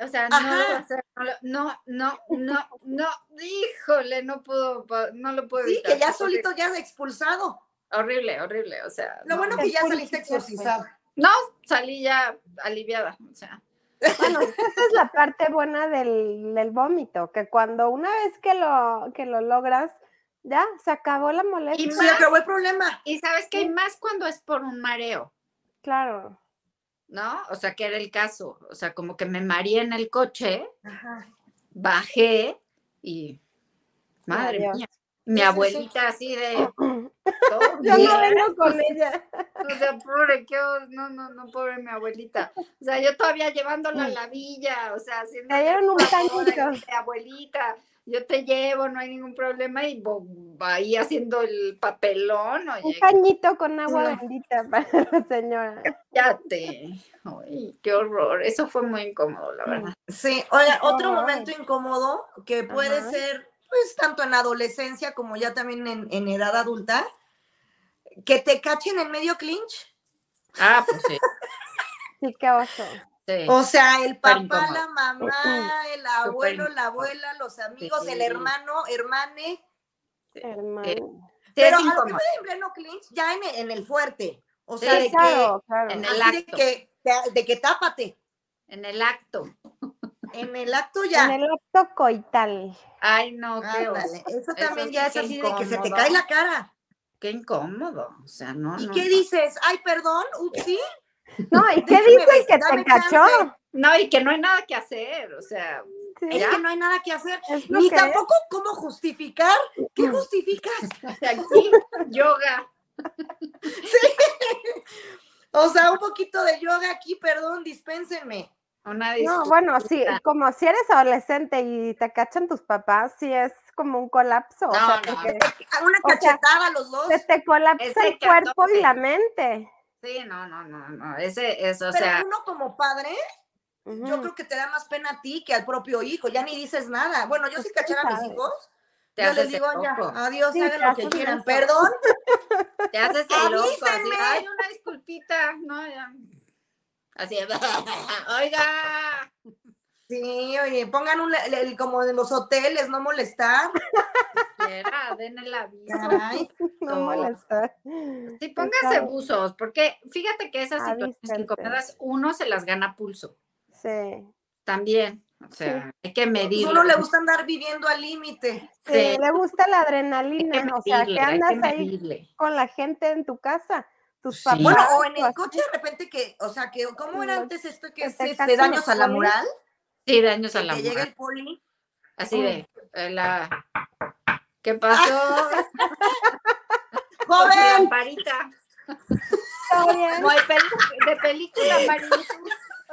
[SPEAKER 1] O sea, no
[SPEAKER 2] Ajá.
[SPEAKER 1] lo voy a hacer, no, lo- no, no, no, no, híjole, no pudo, pa- no lo puedo
[SPEAKER 2] Sí,
[SPEAKER 1] evitar,
[SPEAKER 2] que ya
[SPEAKER 1] es
[SPEAKER 2] solito ya es expulsado.
[SPEAKER 1] Horrible, horrible, o sea.
[SPEAKER 2] Lo
[SPEAKER 1] no,
[SPEAKER 2] bueno
[SPEAKER 1] no.
[SPEAKER 2] que ya
[SPEAKER 3] Te
[SPEAKER 2] saliste
[SPEAKER 3] purificaste.
[SPEAKER 2] exorcizado.
[SPEAKER 1] salí ya aliviada, o sea.
[SPEAKER 3] Bueno, esa es la parte buena del, del vómito, que cuando una vez que lo, que lo logras, ya se acabó la molestia.
[SPEAKER 2] Se acabó el problema.
[SPEAKER 1] Y sabes que hay más cuando es por un mareo.
[SPEAKER 3] Claro.
[SPEAKER 1] ¿no? O sea, que era el caso. O sea, como que me mareé en el coche, bajé y. Madre
[SPEAKER 3] Adiós.
[SPEAKER 1] mía. Mi
[SPEAKER 2] Sí, sí, sí.
[SPEAKER 1] abuelita así de. "Todo
[SPEAKER 3] Yo
[SPEAKER 1] bien".
[SPEAKER 3] no vengo con
[SPEAKER 1] pues,
[SPEAKER 3] ella.
[SPEAKER 1] O sea, pobre, qué os- No, no, no, pobre mi abuelita. O sea, yo todavía llevándola a la villa, o sea, haciendo.
[SPEAKER 3] Te dieron un cañito.
[SPEAKER 1] de abuelita, yo te llevo, no hay ningún problema. Y bo- ahí haciendo el papelón,
[SPEAKER 3] Un
[SPEAKER 1] oye,
[SPEAKER 3] cañito con agua
[SPEAKER 2] No.
[SPEAKER 3] bendita para la señora.
[SPEAKER 1] cállate. Ay, qué horror. Eso fue muy incómodo,
[SPEAKER 3] Mm.
[SPEAKER 1] la verdad.
[SPEAKER 2] Sí, oiga, otro
[SPEAKER 3] Ay.
[SPEAKER 2] momento incómodo que puede
[SPEAKER 3] Ajá.
[SPEAKER 2] ser, pues, tanto en adolescencia como ya también en, en edad adulta, que te cachen en medio clinch.
[SPEAKER 1] Ah, pues sí.
[SPEAKER 3] Sí, qué oso.
[SPEAKER 1] sí.
[SPEAKER 3] Oh,
[SPEAKER 2] O sea, el papá,
[SPEAKER 1] incómodo.
[SPEAKER 2] la mamá, el abuelo, la
[SPEAKER 1] incómodo.
[SPEAKER 2] abuela, los amigos, el
[SPEAKER 1] Sí.
[SPEAKER 2] hermano, hermane.
[SPEAKER 3] Hermano.
[SPEAKER 1] Sí,
[SPEAKER 2] Pero
[SPEAKER 1] es
[SPEAKER 2] a lo que
[SPEAKER 1] incómodo.
[SPEAKER 2] voy en pleno clinch, ya en, el- en el fuerte. O
[SPEAKER 1] Sí,
[SPEAKER 2] sea, de,
[SPEAKER 3] claro, claro.
[SPEAKER 1] en
[SPEAKER 2] que,
[SPEAKER 1] el
[SPEAKER 2] así de,
[SPEAKER 1] acto.
[SPEAKER 2] que, de, de que tápate.
[SPEAKER 1] En el acto.
[SPEAKER 2] En el acto ya.
[SPEAKER 3] En el acto coital.
[SPEAKER 1] Ay, no, qué, os-
[SPEAKER 2] Ándale, Eso
[SPEAKER 1] Eso
[SPEAKER 2] también
[SPEAKER 1] sí
[SPEAKER 2] ya es
[SPEAKER 1] que
[SPEAKER 2] así de que se te
[SPEAKER 1] incómodo.
[SPEAKER 2] cae la cara.
[SPEAKER 1] qué incómodo. O sea, no.
[SPEAKER 2] ¿Y
[SPEAKER 1] Ah, no,
[SPEAKER 2] qué
[SPEAKER 1] no.
[SPEAKER 2] dices? Ay, perdón, upsí.
[SPEAKER 3] No, ¿y qué
[SPEAKER 2] Déjame
[SPEAKER 3] dice el
[SPEAKER 2] ver,
[SPEAKER 3] que
[SPEAKER 2] dame
[SPEAKER 3] te cachó?
[SPEAKER 2] chance.
[SPEAKER 1] No, y que no hay nada que hacer. O sea,
[SPEAKER 3] Sí,
[SPEAKER 2] Es
[SPEAKER 1] ¿Ya?
[SPEAKER 2] que no hay nada que hacer.
[SPEAKER 3] es lo
[SPEAKER 2] Ni
[SPEAKER 3] que
[SPEAKER 2] tampoco cómo justificar. ¿Qué
[SPEAKER 3] Mm.
[SPEAKER 2] justificas?
[SPEAKER 1] aquí, yoga.
[SPEAKER 2] O sea, un poquito de yoga aquí, perdón, dispénsenme.
[SPEAKER 1] Una
[SPEAKER 3] No,
[SPEAKER 1] disculpa.
[SPEAKER 3] bueno, sí,
[SPEAKER 1] Ah.
[SPEAKER 3] como si eres adolescente y te cachan tus papás, sí es como un colapso. o
[SPEAKER 1] No,
[SPEAKER 3] sea,
[SPEAKER 1] no,
[SPEAKER 3] porque
[SPEAKER 2] A Una
[SPEAKER 3] O sea, pues,
[SPEAKER 2] cachetada a los dos.
[SPEAKER 3] se te
[SPEAKER 1] es
[SPEAKER 3] colapsa
[SPEAKER 1] de
[SPEAKER 3] el cuerpo
[SPEAKER 1] 14.
[SPEAKER 3] y la mente.
[SPEAKER 1] Sí, no, no, no, no. Ese es, o
[SPEAKER 2] Pero
[SPEAKER 1] sea,
[SPEAKER 2] uno como padre, yo
[SPEAKER 3] Ujú.
[SPEAKER 2] creo que te da más pena a ti que al propio hijo. Ya ni dices nada. Bueno, yo
[SPEAKER 3] Pues,
[SPEAKER 2] si cachara a mis
[SPEAKER 3] ¿quién sabe?
[SPEAKER 2] hijos,
[SPEAKER 1] te
[SPEAKER 2] yo
[SPEAKER 1] haces
[SPEAKER 2] les digo
[SPEAKER 1] el
[SPEAKER 2] ya,
[SPEAKER 1] loco.
[SPEAKER 2] adiós,
[SPEAKER 3] Sí, te
[SPEAKER 2] hagan lo que
[SPEAKER 3] haces
[SPEAKER 2] quieran.
[SPEAKER 3] eso.
[SPEAKER 2] Perdón,
[SPEAKER 1] Te haces el loco. Así,
[SPEAKER 2] ¡Avísenme!
[SPEAKER 1] ay, una disculpita. No, ya. Así, oiga.
[SPEAKER 2] Sí, oye, pongan un, le- le- como de los hoteles, no molestar.
[SPEAKER 1] Era, den el aviso.
[SPEAKER 2] Caray.
[SPEAKER 3] No
[SPEAKER 1] No.
[SPEAKER 3] molesta.
[SPEAKER 1] Sí, pónganse
[SPEAKER 3] Está-
[SPEAKER 1] buzos, porque fíjate que esas situaciones
[SPEAKER 3] Avísense.
[SPEAKER 1] incómodas, uno se las gana a pulso
[SPEAKER 3] Sí.
[SPEAKER 1] también. O sea, hay que medirlo.
[SPEAKER 2] Solo Pues, le gusta andar viviendo al límite.
[SPEAKER 3] Sí,
[SPEAKER 1] Sí.
[SPEAKER 3] le gusta la
[SPEAKER 1] Hay que
[SPEAKER 3] adrenalina, o sea, que
[SPEAKER 1] medirle, hay que
[SPEAKER 3] andas ahí
[SPEAKER 1] medirle.
[SPEAKER 3] con la gente en tu casa, tus
[SPEAKER 1] Sí.
[SPEAKER 3] papás.
[SPEAKER 2] Bueno, o en el
[SPEAKER 3] así.
[SPEAKER 2] coche de repente que, o sea, que ¿cómo era
[SPEAKER 3] Los-
[SPEAKER 2] antes esto que
[SPEAKER 3] que
[SPEAKER 2] es
[SPEAKER 3] te
[SPEAKER 2] este,
[SPEAKER 3] cachan
[SPEAKER 2] daños
[SPEAKER 3] los
[SPEAKER 2] a la
[SPEAKER 3] polis.
[SPEAKER 2] moral?
[SPEAKER 1] Sí, daños a
[SPEAKER 2] Que
[SPEAKER 1] la
[SPEAKER 2] te llega
[SPEAKER 1] moral.
[SPEAKER 2] el Ah, poli.
[SPEAKER 1] Así de, eh, la... ¿Qué pasó? Con su
[SPEAKER 2] ¡Joven!
[SPEAKER 1] lamparita.
[SPEAKER 3] Está bien.
[SPEAKER 1] No, de, peli- de película, Marilu.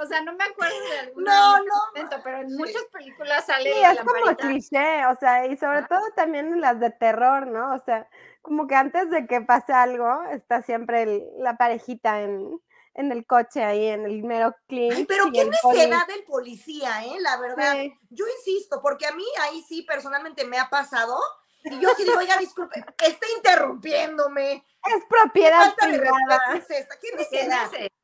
[SPEAKER 1] O sea, no me acuerdo de alguna.
[SPEAKER 2] No,
[SPEAKER 1] en este
[SPEAKER 2] no,
[SPEAKER 1] momento, pero en
[SPEAKER 2] sí.
[SPEAKER 1] muchas películas sale
[SPEAKER 3] Sí,
[SPEAKER 1] la
[SPEAKER 3] es como
[SPEAKER 1] lamparita.
[SPEAKER 3] cliché, o sea, y sobre
[SPEAKER 1] Ah.
[SPEAKER 3] todo también en las de terror, ¿no? O sea, como que antes de que pase algo, está siempre el- la parejita en, en el coche ahí, en el mero
[SPEAKER 2] Ay,
[SPEAKER 3] clean.
[SPEAKER 2] pero qué necedad del policía, ¿eh? La verdad. Yo insisto, porque a mí ahí sí personalmente me ha pasado. Y yo sí digo, oiga, disculpe, está interrumpiéndome.
[SPEAKER 3] Es
[SPEAKER 2] ¿Qué
[SPEAKER 3] propiedad
[SPEAKER 2] falta de
[SPEAKER 3] privada.
[SPEAKER 2] respeto es esta? ¿Qué
[SPEAKER 1] ¿Qué
[SPEAKER 2] necedad?
[SPEAKER 1] necesita?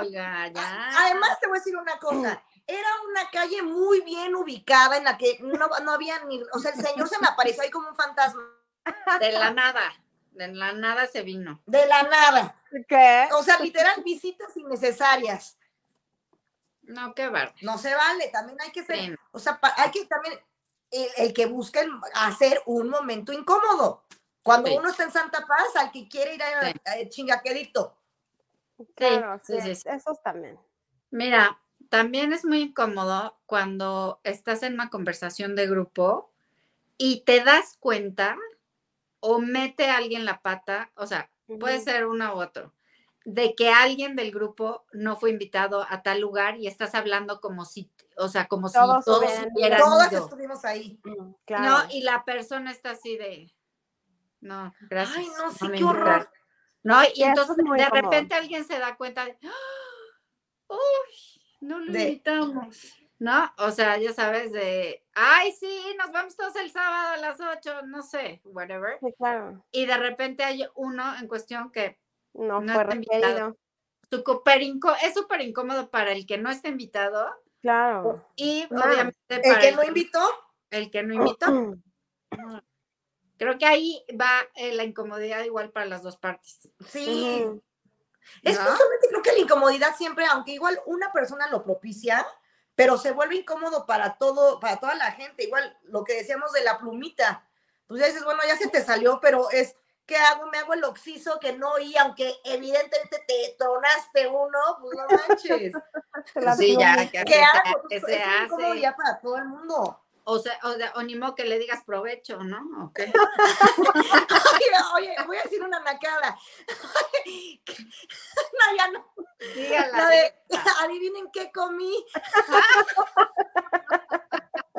[SPEAKER 1] Oiga, ya.
[SPEAKER 2] Además, te voy a decir una cosa. Era una calle muy bien ubicada en la que no, no había ni. O sea, el señor se me apareció ahí como un fantasma.
[SPEAKER 1] De la nada. De la nada se vino.
[SPEAKER 2] De la nada.
[SPEAKER 3] ¿Qué?
[SPEAKER 2] O sea, literal, visitas innecesarias.
[SPEAKER 1] No, qué barba.
[SPEAKER 2] No se vale. También hay que ser.
[SPEAKER 1] Sí, no.
[SPEAKER 2] O sea, pa- hay que también. El, el que busca el- hacer un momento incómodo. Cuando
[SPEAKER 1] Sí.
[SPEAKER 2] uno está en Santa Paz, al que quiere ir a, eh,
[SPEAKER 1] Sí.
[SPEAKER 2] a- chingaquerito.
[SPEAKER 3] Claro,
[SPEAKER 1] sí, sí,
[SPEAKER 3] sí,
[SPEAKER 1] sí.
[SPEAKER 3] esos también.
[SPEAKER 1] Mira, también es muy incómodo cuando estás en una conversación de grupo y te das cuenta o mete a alguien la pata, o sea, puede
[SPEAKER 3] Ujú.
[SPEAKER 1] ser uno u otro, de que alguien del grupo no fue invitado a tal lugar y estás hablando como si, o sea, como si
[SPEAKER 3] Todos
[SPEAKER 1] todos,
[SPEAKER 3] hubieran ido.
[SPEAKER 1] hubieran
[SPEAKER 2] Todas
[SPEAKER 1] ido.
[SPEAKER 2] estuvimos ahí.
[SPEAKER 3] Mm,
[SPEAKER 1] No,
[SPEAKER 3] Claro.
[SPEAKER 1] y la persona está así de, no, gracias.
[SPEAKER 2] Ay, no, sí,
[SPEAKER 1] me
[SPEAKER 2] qué horror.
[SPEAKER 1] invitaron". No, y
[SPEAKER 3] Sí, eso es
[SPEAKER 1] entonces
[SPEAKER 3] muy
[SPEAKER 1] de
[SPEAKER 3] incómodo.
[SPEAKER 1] repente alguien se da cuenta de, ¡Ah! uy, no lo
[SPEAKER 2] De-
[SPEAKER 1] invitamos. ¿No? O sea, ya sabes de, ay, sí, nos vamos todos el sábado a las 8, no sé, whatever.
[SPEAKER 3] Sí, claro.
[SPEAKER 1] Y de repente hay uno en cuestión que
[SPEAKER 3] No,
[SPEAKER 1] No
[SPEAKER 3] fue
[SPEAKER 1] está invitado.
[SPEAKER 3] requerido.
[SPEAKER 1] súper incó- es súper incómodo para el que no está invitado
[SPEAKER 3] Claro.
[SPEAKER 1] y
[SPEAKER 3] Claro.
[SPEAKER 1] obviamente
[SPEAKER 2] El
[SPEAKER 1] para
[SPEAKER 2] que no invitó,
[SPEAKER 1] el que no invitó. Creo que ahí va eh, la incomodidad igual para las dos partes.
[SPEAKER 2] sí.
[SPEAKER 3] Ujú.
[SPEAKER 2] Es
[SPEAKER 1] ¿No?
[SPEAKER 2] justamente creo que la incomodidad siempre, aunque igual una persona lo propicia, pero se vuelve incómodo para todo, para toda la gente. Igual lo que decíamos de la plumita. Pues ya dices, bueno, ya se te salió, pero es, ¿qué hago? Me hago el oxiso que no oí, aunque evidentemente te tronaste uno, pues no manches.
[SPEAKER 3] Se la
[SPEAKER 1] sí, ya,
[SPEAKER 3] pluma.
[SPEAKER 1] que así
[SPEAKER 2] ¿Qué
[SPEAKER 1] sea,
[SPEAKER 2] hago?
[SPEAKER 1] que
[SPEAKER 2] Pues,
[SPEAKER 1] se
[SPEAKER 2] es
[SPEAKER 1] hace.
[SPEAKER 2] incomodidad para todo el mundo.
[SPEAKER 1] O sea, o, de- o ni modo que le digas provecho, ¿no? ¿O qué?
[SPEAKER 2] Oye, oye, voy a decir una nacada. no, ya no.
[SPEAKER 1] Dígala,
[SPEAKER 2] La de,
[SPEAKER 1] dígala.
[SPEAKER 2] adivinen qué comí.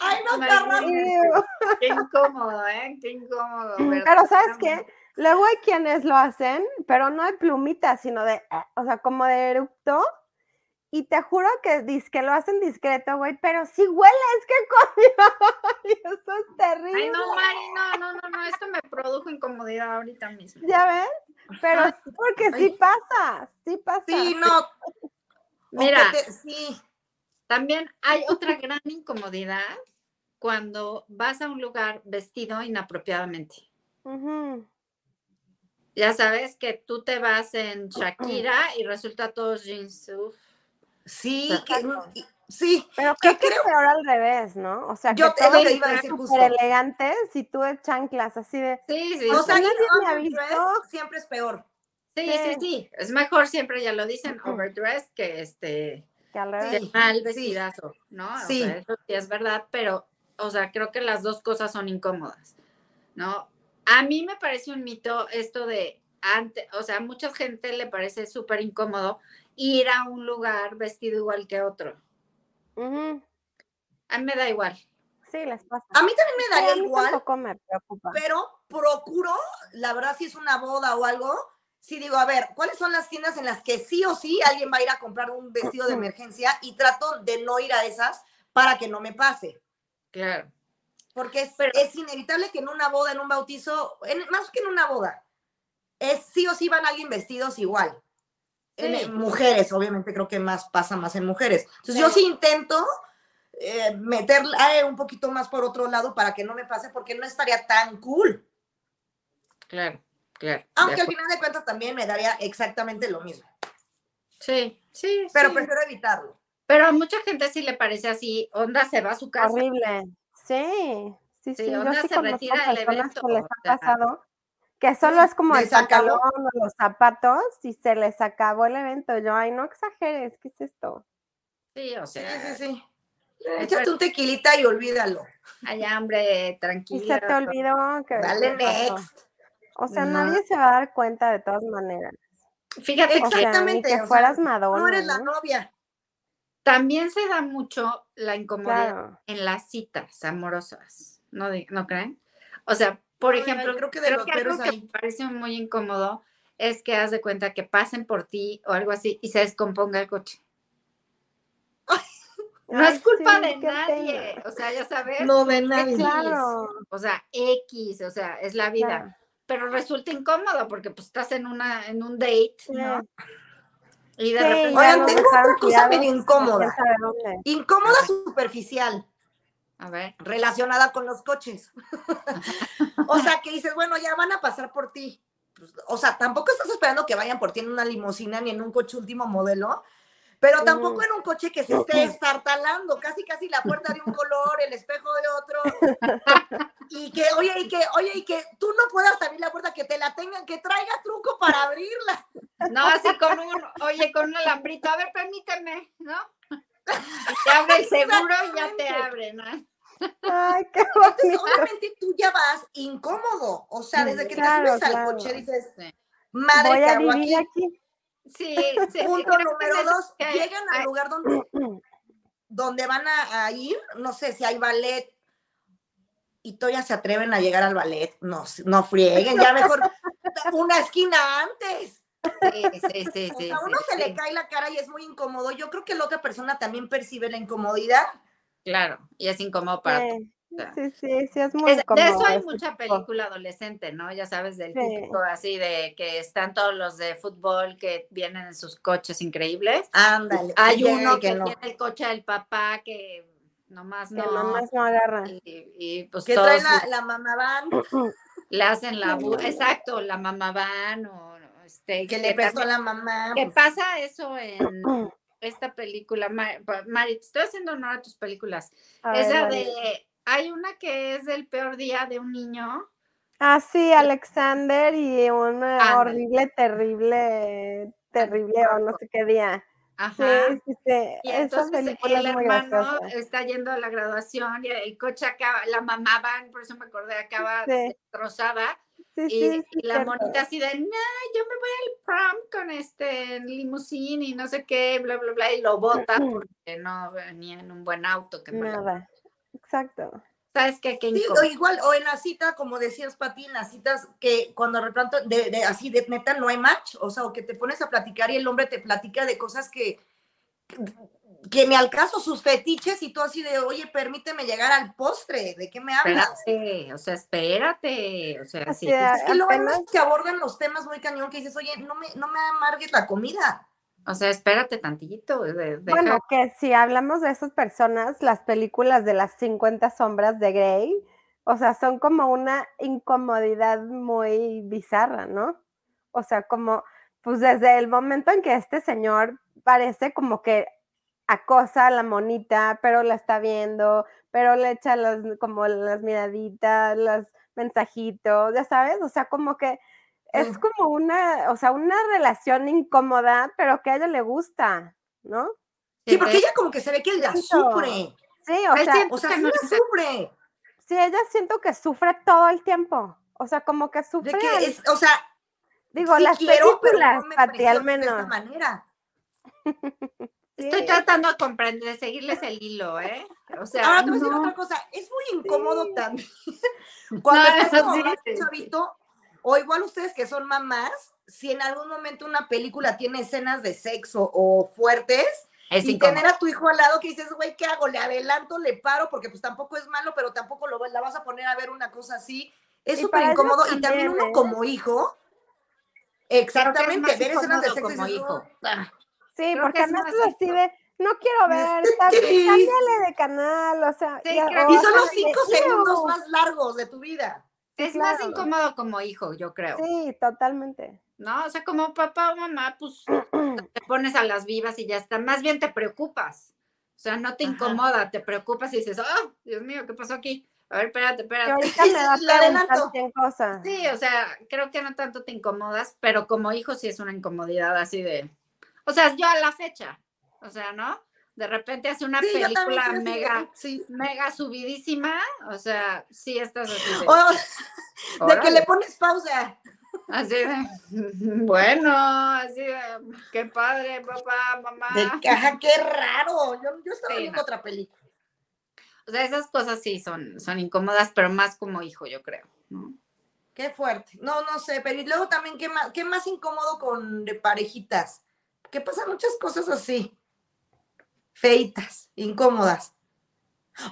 [SPEAKER 2] Ay, no,
[SPEAKER 1] Ay,
[SPEAKER 2] carnal.
[SPEAKER 3] Ew.
[SPEAKER 1] Qué incómodo, ¿eh? Qué incómodo.
[SPEAKER 3] Mm, Pero ¿sabes qué?
[SPEAKER 1] verdaderamente.
[SPEAKER 3] Luego hay quienes lo hacen, pero no de plumita, sino de, ah, o sea, como de eructo. Y te juro que que lo hacen discreto, güey, pero sí huele, es que comió. Y eso es terrible.
[SPEAKER 1] Ay, no, Mari, no, no, no, no, esto me produjo incomodidad ahorita mismo.
[SPEAKER 3] ¿Ya ves? Pero
[SPEAKER 1] Ay,
[SPEAKER 3] sí, porque
[SPEAKER 2] ay.
[SPEAKER 3] sí pasa, sí pasa.
[SPEAKER 2] Sí, no. o
[SPEAKER 1] Mira,
[SPEAKER 2] que te- sí.
[SPEAKER 1] también hay otra gran incomodidad cuando vas a un lugar vestido inapropiadamente.
[SPEAKER 3] Ujú.
[SPEAKER 1] Ya sabes que tú te vas
[SPEAKER 3] Mm,
[SPEAKER 1] en Shakira y resulta todos jeans. uf.
[SPEAKER 2] Sí,
[SPEAKER 3] Exacto.
[SPEAKER 2] que, sí.
[SPEAKER 3] Pero
[SPEAKER 2] ¿Qué
[SPEAKER 3] creo que es
[SPEAKER 2] creo?
[SPEAKER 3] peor al revés, ¿no? O sea,
[SPEAKER 2] Yo
[SPEAKER 3] que
[SPEAKER 2] es lo
[SPEAKER 3] todos
[SPEAKER 2] que iba a decir
[SPEAKER 3] están
[SPEAKER 2] justo.
[SPEAKER 3] súper elegantes y tú de chanclas, así de,
[SPEAKER 1] Sí, sí,
[SPEAKER 2] O
[SPEAKER 1] sí,
[SPEAKER 2] sea, ir
[SPEAKER 3] Nadie me
[SPEAKER 2] underdressed
[SPEAKER 3] avisó.
[SPEAKER 2] siempre es peor.
[SPEAKER 1] sí, sí, sí. Es mejor siempre, ya lo
[SPEAKER 3] Mm,
[SPEAKER 1] dicen, overdressed que este
[SPEAKER 3] que al
[SPEAKER 1] que
[SPEAKER 3] revés.
[SPEAKER 2] Sí,
[SPEAKER 1] mal
[SPEAKER 2] sí.
[SPEAKER 1] vestidazo, ¿no? O
[SPEAKER 2] Sí.
[SPEAKER 1] sea, eso sí es verdad, pero, o sea, creo que las dos cosas son incómodas, ¿no? A mí me parece un mito esto de antes, o sea, a mucha gente le parece súper incómodo ir a un lugar vestido igual que otro.
[SPEAKER 3] Ujú.
[SPEAKER 1] A mí me da igual.
[SPEAKER 3] Sí, les pasa.
[SPEAKER 2] A mí también me
[SPEAKER 3] Sí, a
[SPEAKER 2] daría
[SPEAKER 3] mí
[SPEAKER 2] igual,
[SPEAKER 3] tampoco me preocupa.
[SPEAKER 2] pero procuro, la verdad, si es una boda o algo, sí digo, a ver, ¿cuáles son las tiendas en las que sí o sí alguien va a ir a comprar un vestido de emergencia? Y trato de no ir a esas para que no me pase.
[SPEAKER 1] Claro.
[SPEAKER 2] Porque es,
[SPEAKER 1] Pero-
[SPEAKER 2] es inevitable que en una boda, en un bautizo, en- más que en una boda, es sí o sí van alguien vestidos igual. En-
[SPEAKER 1] Sí.
[SPEAKER 2] en mujeres, obviamente creo que más pasa más en mujeres. Entonces
[SPEAKER 1] Sí.
[SPEAKER 2] yo sí intento eh, meter eh, un poquito más por otro lado para que no me pase porque no estaría tan cool.
[SPEAKER 1] Claro, claro. de
[SPEAKER 2] Aunque al
[SPEAKER 1] acuerdo.
[SPEAKER 2] final de cuentas también me daría exactamente lo mismo.
[SPEAKER 1] Sí, sí.
[SPEAKER 2] Pero pues,
[SPEAKER 1] sí.
[SPEAKER 2] prefiero evitarlo.
[SPEAKER 1] Pero a mucha gente sí le parece así, onda se va a su casa.
[SPEAKER 3] Horrible. Sí, sí,
[SPEAKER 1] Sí,
[SPEAKER 3] sí. Yo
[SPEAKER 1] onda
[SPEAKER 3] sí
[SPEAKER 1] se
[SPEAKER 3] conozco
[SPEAKER 1] retira del
[SPEAKER 3] personas
[SPEAKER 1] evento,
[SPEAKER 3] que les
[SPEAKER 1] o
[SPEAKER 3] ha
[SPEAKER 1] sea.
[SPEAKER 3] pasado que solo es como el
[SPEAKER 2] ¿Les acabó?
[SPEAKER 3] pantalón o los zapatos y se les acabó el evento. Yo, ay, no exageres, ¿qué es esto?
[SPEAKER 1] Sí, o
[SPEAKER 2] Sí,
[SPEAKER 1] sea,
[SPEAKER 2] sí, sí.
[SPEAKER 1] es
[SPEAKER 2] Échate un tequilita y olvídalo.
[SPEAKER 1] hay hambre,
[SPEAKER 3] Y se te
[SPEAKER 1] tranquila.
[SPEAKER 3] olvidó que.
[SPEAKER 2] Dale
[SPEAKER 3] que pasó.
[SPEAKER 2] next.
[SPEAKER 3] O sea,
[SPEAKER 1] No.
[SPEAKER 3] nadie se va a dar cuenta de todas maneras.
[SPEAKER 1] Fíjate
[SPEAKER 3] O sea, ni
[SPEAKER 2] Exactamente, o
[SPEAKER 3] que
[SPEAKER 2] sea,
[SPEAKER 3] fueras
[SPEAKER 2] No
[SPEAKER 3] Madonna.
[SPEAKER 2] eres la
[SPEAKER 3] ¿no?
[SPEAKER 2] novia.
[SPEAKER 1] También se da mucho la incomodidad
[SPEAKER 3] Claro.
[SPEAKER 1] en las citas amorosas, ¿no, di- ¿no creen? O sea, por
[SPEAKER 2] Ay,
[SPEAKER 1] ejemplo,
[SPEAKER 2] creo que de los
[SPEAKER 1] algo
[SPEAKER 2] peros
[SPEAKER 1] que
[SPEAKER 2] ahí.
[SPEAKER 1] me parece muy incómodo es que haz de cuenta que pasen por ti o algo así y se descomponga el coche. No
[SPEAKER 3] Ay,
[SPEAKER 1] es culpa
[SPEAKER 3] sí,
[SPEAKER 1] de
[SPEAKER 3] qué
[SPEAKER 1] nadie,
[SPEAKER 3] pena.
[SPEAKER 1] o sea, ya sabes,
[SPEAKER 2] No de
[SPEAKER 1] nadie.
[SPEAKER 3] Claro.
[SPEAKER 1] o sea, X, o sea, es la vida.
[SPEAKER 3] claro.
[SPEAKER 1] Pero resulta incómodo porque pues estás en una en un date, ¿no?
[SPEAKER 3] Sí.
[SPEAKER 1] Y de
[SPEAKER 3] Sí,
[SPEAKER 1] repente,
[SPEAKER 3] ya
[SPEAKER 2] Oigan,
[SPEAKER 3] los
[SPEAKER 2] tengo
[SPEAKER 3] dejaron
[SPEAKER 2] otra cosa medio
[SPEAKER 3] tirados,
[SPEAKER 2] incómoda.
[SPEAKER 3] quién sabe dónde.
[SPEAKER 2] Incómoda superficial,
[SPEAKER 1] a ver,
[SPEAKER 2] relacionada con los coches. o sea, que dices, bueno, ya van a pasar por ti. Pues, O sea, tampoco estás esperando que vayan por ti en una limusina ni en un coche último modelo, Pero tampoco en un coche que se esté estartalando, casi casi la puerta de un color, el espejo de otro. Y que, oye, y que, oye, y que tú no puedas abrir la puerta, que te la tengan, que traiga truco para abrirla.
[SPEAKER 1] No, así con un, oye, con un alambrito, a ver, permíteme, ¿no? Te abre el seguro y ya te abren, ¿no?
[SPEAKER 3] Ay, qué
[SPEAKER 2] Entonces,
[SPEAKER 3] bonito.
[SPEAKER 2] obviamente tú ya vas incómodo. O sea,
[SPEAKER 3] Sí,
[SPEAKER 2] desde que
[SPEAKER 3] claro,
[SPEAKER 2] te subes al
[SPEAKER 3] claro.
[SPEAKER 2] coche dices,
[SPEAKER 1] Sí.
[SPEAKER 2] madre
[SPEAKER 3] Voy
[SPEAKER 2] que
[SPEAKER 3] a
[SPEAKER 2] hago
[SPEAKER 3] vivir
[SPEAKER 2] aquí.
[SPEAKER 3] aquí.
[SPEAKER 1] Sí, sí,
[SPEAKER 2] Punto
[SPEAKER 1] creo que
[SPEAKER 2] número
[SPEAKER 1] es-
[SPEAKER 2] dos,
[SPEAKER 1] que-
[SPEAKER 2] llegan al
[SPEAKER 1] ay.
[SPEAKER 2] lugar donde, donde van a, a ir, no sé si hay ballet. Y todavía se atreven a llegar al ballet. No, s- no frieguen, ya mejor una esquina antes.
[SPEAKER 1] Sí, sí, sí,
[SPEAKER 2] O
[SPEAKER 1] sí,
[SPEAKER 2] sea, a uno
[SPEAKER 1] sí,
[SPEAKER 2] se
[SPEAKER 1] sí,
[SPEAKER 2] le cae la cara y es muy incómodo. Yo creo que la otra persona también percibe la incomodidad.
[SPEAKER 1] Claro, y es incómodo para todos.
[SPEAKER 3] Sí,
[SPEAKER 1] sea.
[SPEAKER 3] Eh, sí, sí, sí, es muy
[SPEAKER 1] Es- de eso
[SPEAKER 3] incómodo
[SPEAKER 1] hay
[SPEAKER 3] ese
[SPEAKER 1] mucha
[SPEAKER 3] tipo.
[SPEAKER 1] película adolescente, ¿no? Ya sabes, del
[SPEAKER 3] Sí.
[SPEAKER 1] típico así de que están todos los de fútbol que vienen en sus coches increíbles.
[SPEAKER 2] Ándale.
[SPEAKER 1] Hay
[SPEAKER 2] llega
[SPEAKER 1] uno
[SPEAKER 2] y
[SPEAKER 1] que,
[SPEAKER 2] no.
[SPEAKER 1] tiene el coche del papá que nomás
[SPEAKER 3] Que
[SPEAKER 1] no.
[SPEAKER 3] nomás no agarra.
[SPEAKER 1] Y, y, pues
[SPEAKER 2] Que
[SPEAKER 1] todos
[SPEAKER 2] trae la, la mamá van,
[SPEAKER 1] le hacen la bu-
[SPEAKER 3] Sí.
[SPEAKER 1] exacto, la mamá van o este
[SPEAKER 2] que le prestó
[SPEAKER 1] también-
[SPEAKER 2] la mamá.
[SPEAKER 1] que
[SPEAKER 2] pues,
[SPEAKER 1] pasa eso en esta película, Ma- pa- Mari, te estoy haciendo honor a tus películas.
[SPEAKER 3] A ver,
[SPEAKER 1] Esa
[SPEAKER 3] Mari.
[SPEAKER 1] de hay una que es el peor día de un niño.
[SPEAKER 3] Ah, sí, Alexander y un eh,
[SPEAKER 1] Ándale.
[SPEAKER 3] horrible, terrible, terrible o no sé qué día. Sí,
[SPEAKER 1] Ajá.
[SPEAKER 3] sí, sí.
[SPEAKER 1] Y
[SPEAKER 3] Esa
[SPEAKER 1] entonces
[SPEAKER 3] película
[SPEAKER 1] el
[SPEAKER 3] es muy
[SPEAKER 1] hermano
[SPEAKER 3] graciosa.
[SPEAKER 1] está yendo a la graduación y el coche acaba, la mamá van, por eso me acordé, acaba
[SPEAKER 3] Sí.
[SPEAKER 1] destrozada
[SPEAKER 3] Sí,
[SPEAKER 1] y,
[SPEAKER 3] sí, sí,
[SPEAKER 1] y la
[SPEAKER 3] cierto.
[SPEAKER 1] monita así de, no, yo me voy al prom con este limusín y no sé qué, bla, bla, bla, y lo bota porque no venía en un buen auto. Que me la-
[SPEAKER 3] Nada. Exacto.
[SPEAKER 1] ¿Sabes qué? Qué
[SPEAKER 2] Sí,
[SPEAKER 1] incómodo.
[SPEAKER 2] o igual, o en la cita, como decías, Pati, en las citas que cuando de pronto, de, de- así, de neta, no hay match, o sea, o que te pones a platicar y el hombre te platica de cosas que, que me al caso sus fetiches y tú así de, oye, permíteme llegar al postre, ¿de qué me hablas?
[SPEAKER 1] Espérate, o sea, espérate, o sea,
[SPEAKER 3] Así
[SPEAKER 1] sí,
[SPEAKER 3] es.
[SPEAKER 2] Es que luego
[SPEAKER 3] Apenas-
[SPEAKER 2] te abordan los temas muy cañón que dices, oye, no me, no me amargues la comida.
[SPEAKER 1] o sea, espérate tantito, de- deja-
[SPEAKER 3] Bueno, que si hablamos de esas personas, las películas de las 50 sombras de Grey, o sea, son como una incomodidad muy bizarra, ¿no? O sea, como, pues desde el momento en que este señor parece como que acosa a la monita, pero la está viendo, pero le echa las, como las miraditas, los mensajitos, ya sabes, o sea, como que es
[SPEAKER 2] Mm.
[SPEAKER 3] como una, o sea, una relación incómoda, pero que a ella le gusta, ¿no?
[SPEAKER 2] Sí, porque
[SPEAKER 1] te-
[SPEAKER 2] ella como que se ve que la
[SPEAKER 3] Exacto.
[SPEAKER 2] sufre,
[SPEAKER 3] Sí, o
[SPEAKER 1] Ay,
[SPEAKER 3] sea,
[SPEAKER 1] siento
[SPEAKER 2] o sea,
[SPEAKER 1] que
[SPEAKER 2] sí
[SPEAKER 1] no-
[SPEAKER 2] la sufre.
[SPEAKER 3] sí, ella siento que sufre todo el tiempo. O sea, como que
[SPEAKER 2] De
[SPEAKER 3] sufre,
[SPEAKER 2] que
[SPEAKER 3] al-
[SPEAKER 2] es, o sea,
[SPEAKER 3] digo,
[SPEAKER 2] sí
[SPEAKER 3] las
[SPEAKER 2] quiero, pero
[SPEAKER 3] películas,
[SPEAKER 2] no me
[SPEAKER 3] Pati, al
[SPEAKER 2] presiones de esta
[SPEAKER 3] menos.
[SPEAKER 2] manera.
[SPEAKER 1] Estoy
[SPEAKER 3] sí.
[SPEAKER 1] tratando de comprender, de seguirles el hilo, ¿eh? O sea,
[SPEAKER 2] Ahora te voy a decir
[SPEAKER 1] no.
[SPEAKER 2] otra cosa, es muy incómodo
[SPEAKER 3] Sí.
[SPEAKER 2] también. Cuando
[SPEAKER 1] No,
[SPEAKER 2] estás como
[SPEAKER 1] sí,
[SPEAKER 2] más
[SPEAKER 1] sí, sí.
[SPEAKER 2] chavito, o igual ustedes que son mamás, si en algún momento una película tiene escenas de sexo o fuertes,
[SPEAKER 1] es
[SPEAKER 2] y
[SPEAKER 1] incómodo.
[SPEAKER 2] tener a tu hijo al lado que dices, güey, ¿qué hago? ¿Le adelanto? ¿Le paro? Porque pues tampoco es malo, pero tampoco lo, la vas a poner a ver una cosa así. Es
[SPEAKER 3] Y
[SPEAKER 2] súper
[SPEAKER 3] para ellos
[SPEAKER 2] incómodo. Y también
[SPEAKER 3] también,
[SPEAKER 2] uno
[SPEAKER 3] ¿eh?
[SPEAKER 2] como hijo,
[SPEAKER 1] Creo que es
[SPEAKER 2] exactamente,
[SPEAKER 1] más
[SPEAKER 2] ver escenas de
[SPEAKER 1] incómodo
[SPEAKER 2] sexo y
[SPEAKER 1] como
[SPEAKER 2] dices,
[SPEAKER 1] hijo. Ah,
[SPEAKER 3] Sí,
[SPEAKER 1] Creo
[SPEAKER 3] porque
[SPEAKER 1] que
[SPEAKER 3] a
[SPEAKER 1] es más
[SPEAKER 3] veces así de, no quiero ver,
[SPEAKER 2] Este
[SPEAKER 3] tam-
[SPEAKER 2] Chris.
[SPEAKER 3] cámbiale de canal, o sea,
[SPEAKER 1] Sí,
[SPEAKER 3] a-
[SPEAKER 1] creo
[SPEAKER 3] o
[SPEAKER 2] "Oh". y
[SPEAKER 3] hasta
[SPEAKER 2] son los
[SPEAKER 3] de-
[SPEAKER 2] cinco segundos
[SPEAKER 3] "Ew".
[SPEAKER 2] más largos de tu vida.
[SPEAKER 1] es
[SPEAKER 3] Sí,
[SPEAKER 1] más
[SPEAKER 3] claro.
[SPEAKER 1] incómodo como hijo, yo creo.
[SPEAKER 3] Sí, totalmente.
[SPEAKER 1] ¿No? O sea, como papá o mamá, pues te pones a las vivas y ya está. Más bien te preocupas. O sea, no te
[SPEAKER 2] Ajá.
[SPEAKER 1] incomoda, te preocupas y dices, oh, Dios mío, ¿qué pasó aquí? A ver, espérate,
[SPEAKER 3] Y
[SPEAKER 1] espérate.
[SPEAKER 3] ahorita me da
[SPEAKER 2] Le adelanto.
[SPEAKER 3] preguntar 100 cosas.
[SPEAKER 1] Sí, o sea, creo que no tanto te incomodas, pero como hijo sí es una incomodidad así de. O sea, yo a la fecha, o sea, ¿no? De repente hace una
[SPEAKER 2] Sí, yo también
[SPEAKER 1] película
[SPEAKER 2] soy así de,
[SPEAKER 1] mega,
[SPEAKER 2] Sí.
[SPEAKER 1] mega subidísima, o sea, sí estás así de.
[SPEAKER 2] O de que
[SPEAKER 1] "Órale".
[SPEAKER 2] le pones pausa.
[SPEAKER 1] Así de, bueno, así de, qué padre, papá, mamá.
[SPEAKER 2] De que, ajá, qué raro. Yo, yo estaba
[SPEAKER 1] Sí,
[SPEAKER 2] viendo
[SPEAKER 1] no.
[SPEAKER 2] otra película.
[SPEAKER 1] O sea, esas cosas sí son, son incómodas, pero más como hijo, yo creo. ¿no?
[SPEAKER 2] Qué fuerte. No, no sé, pero y luego también, ¿qué más, qué más incómodo con de parejitas? Que pasan muchas cosas así. Feitas, incómodas.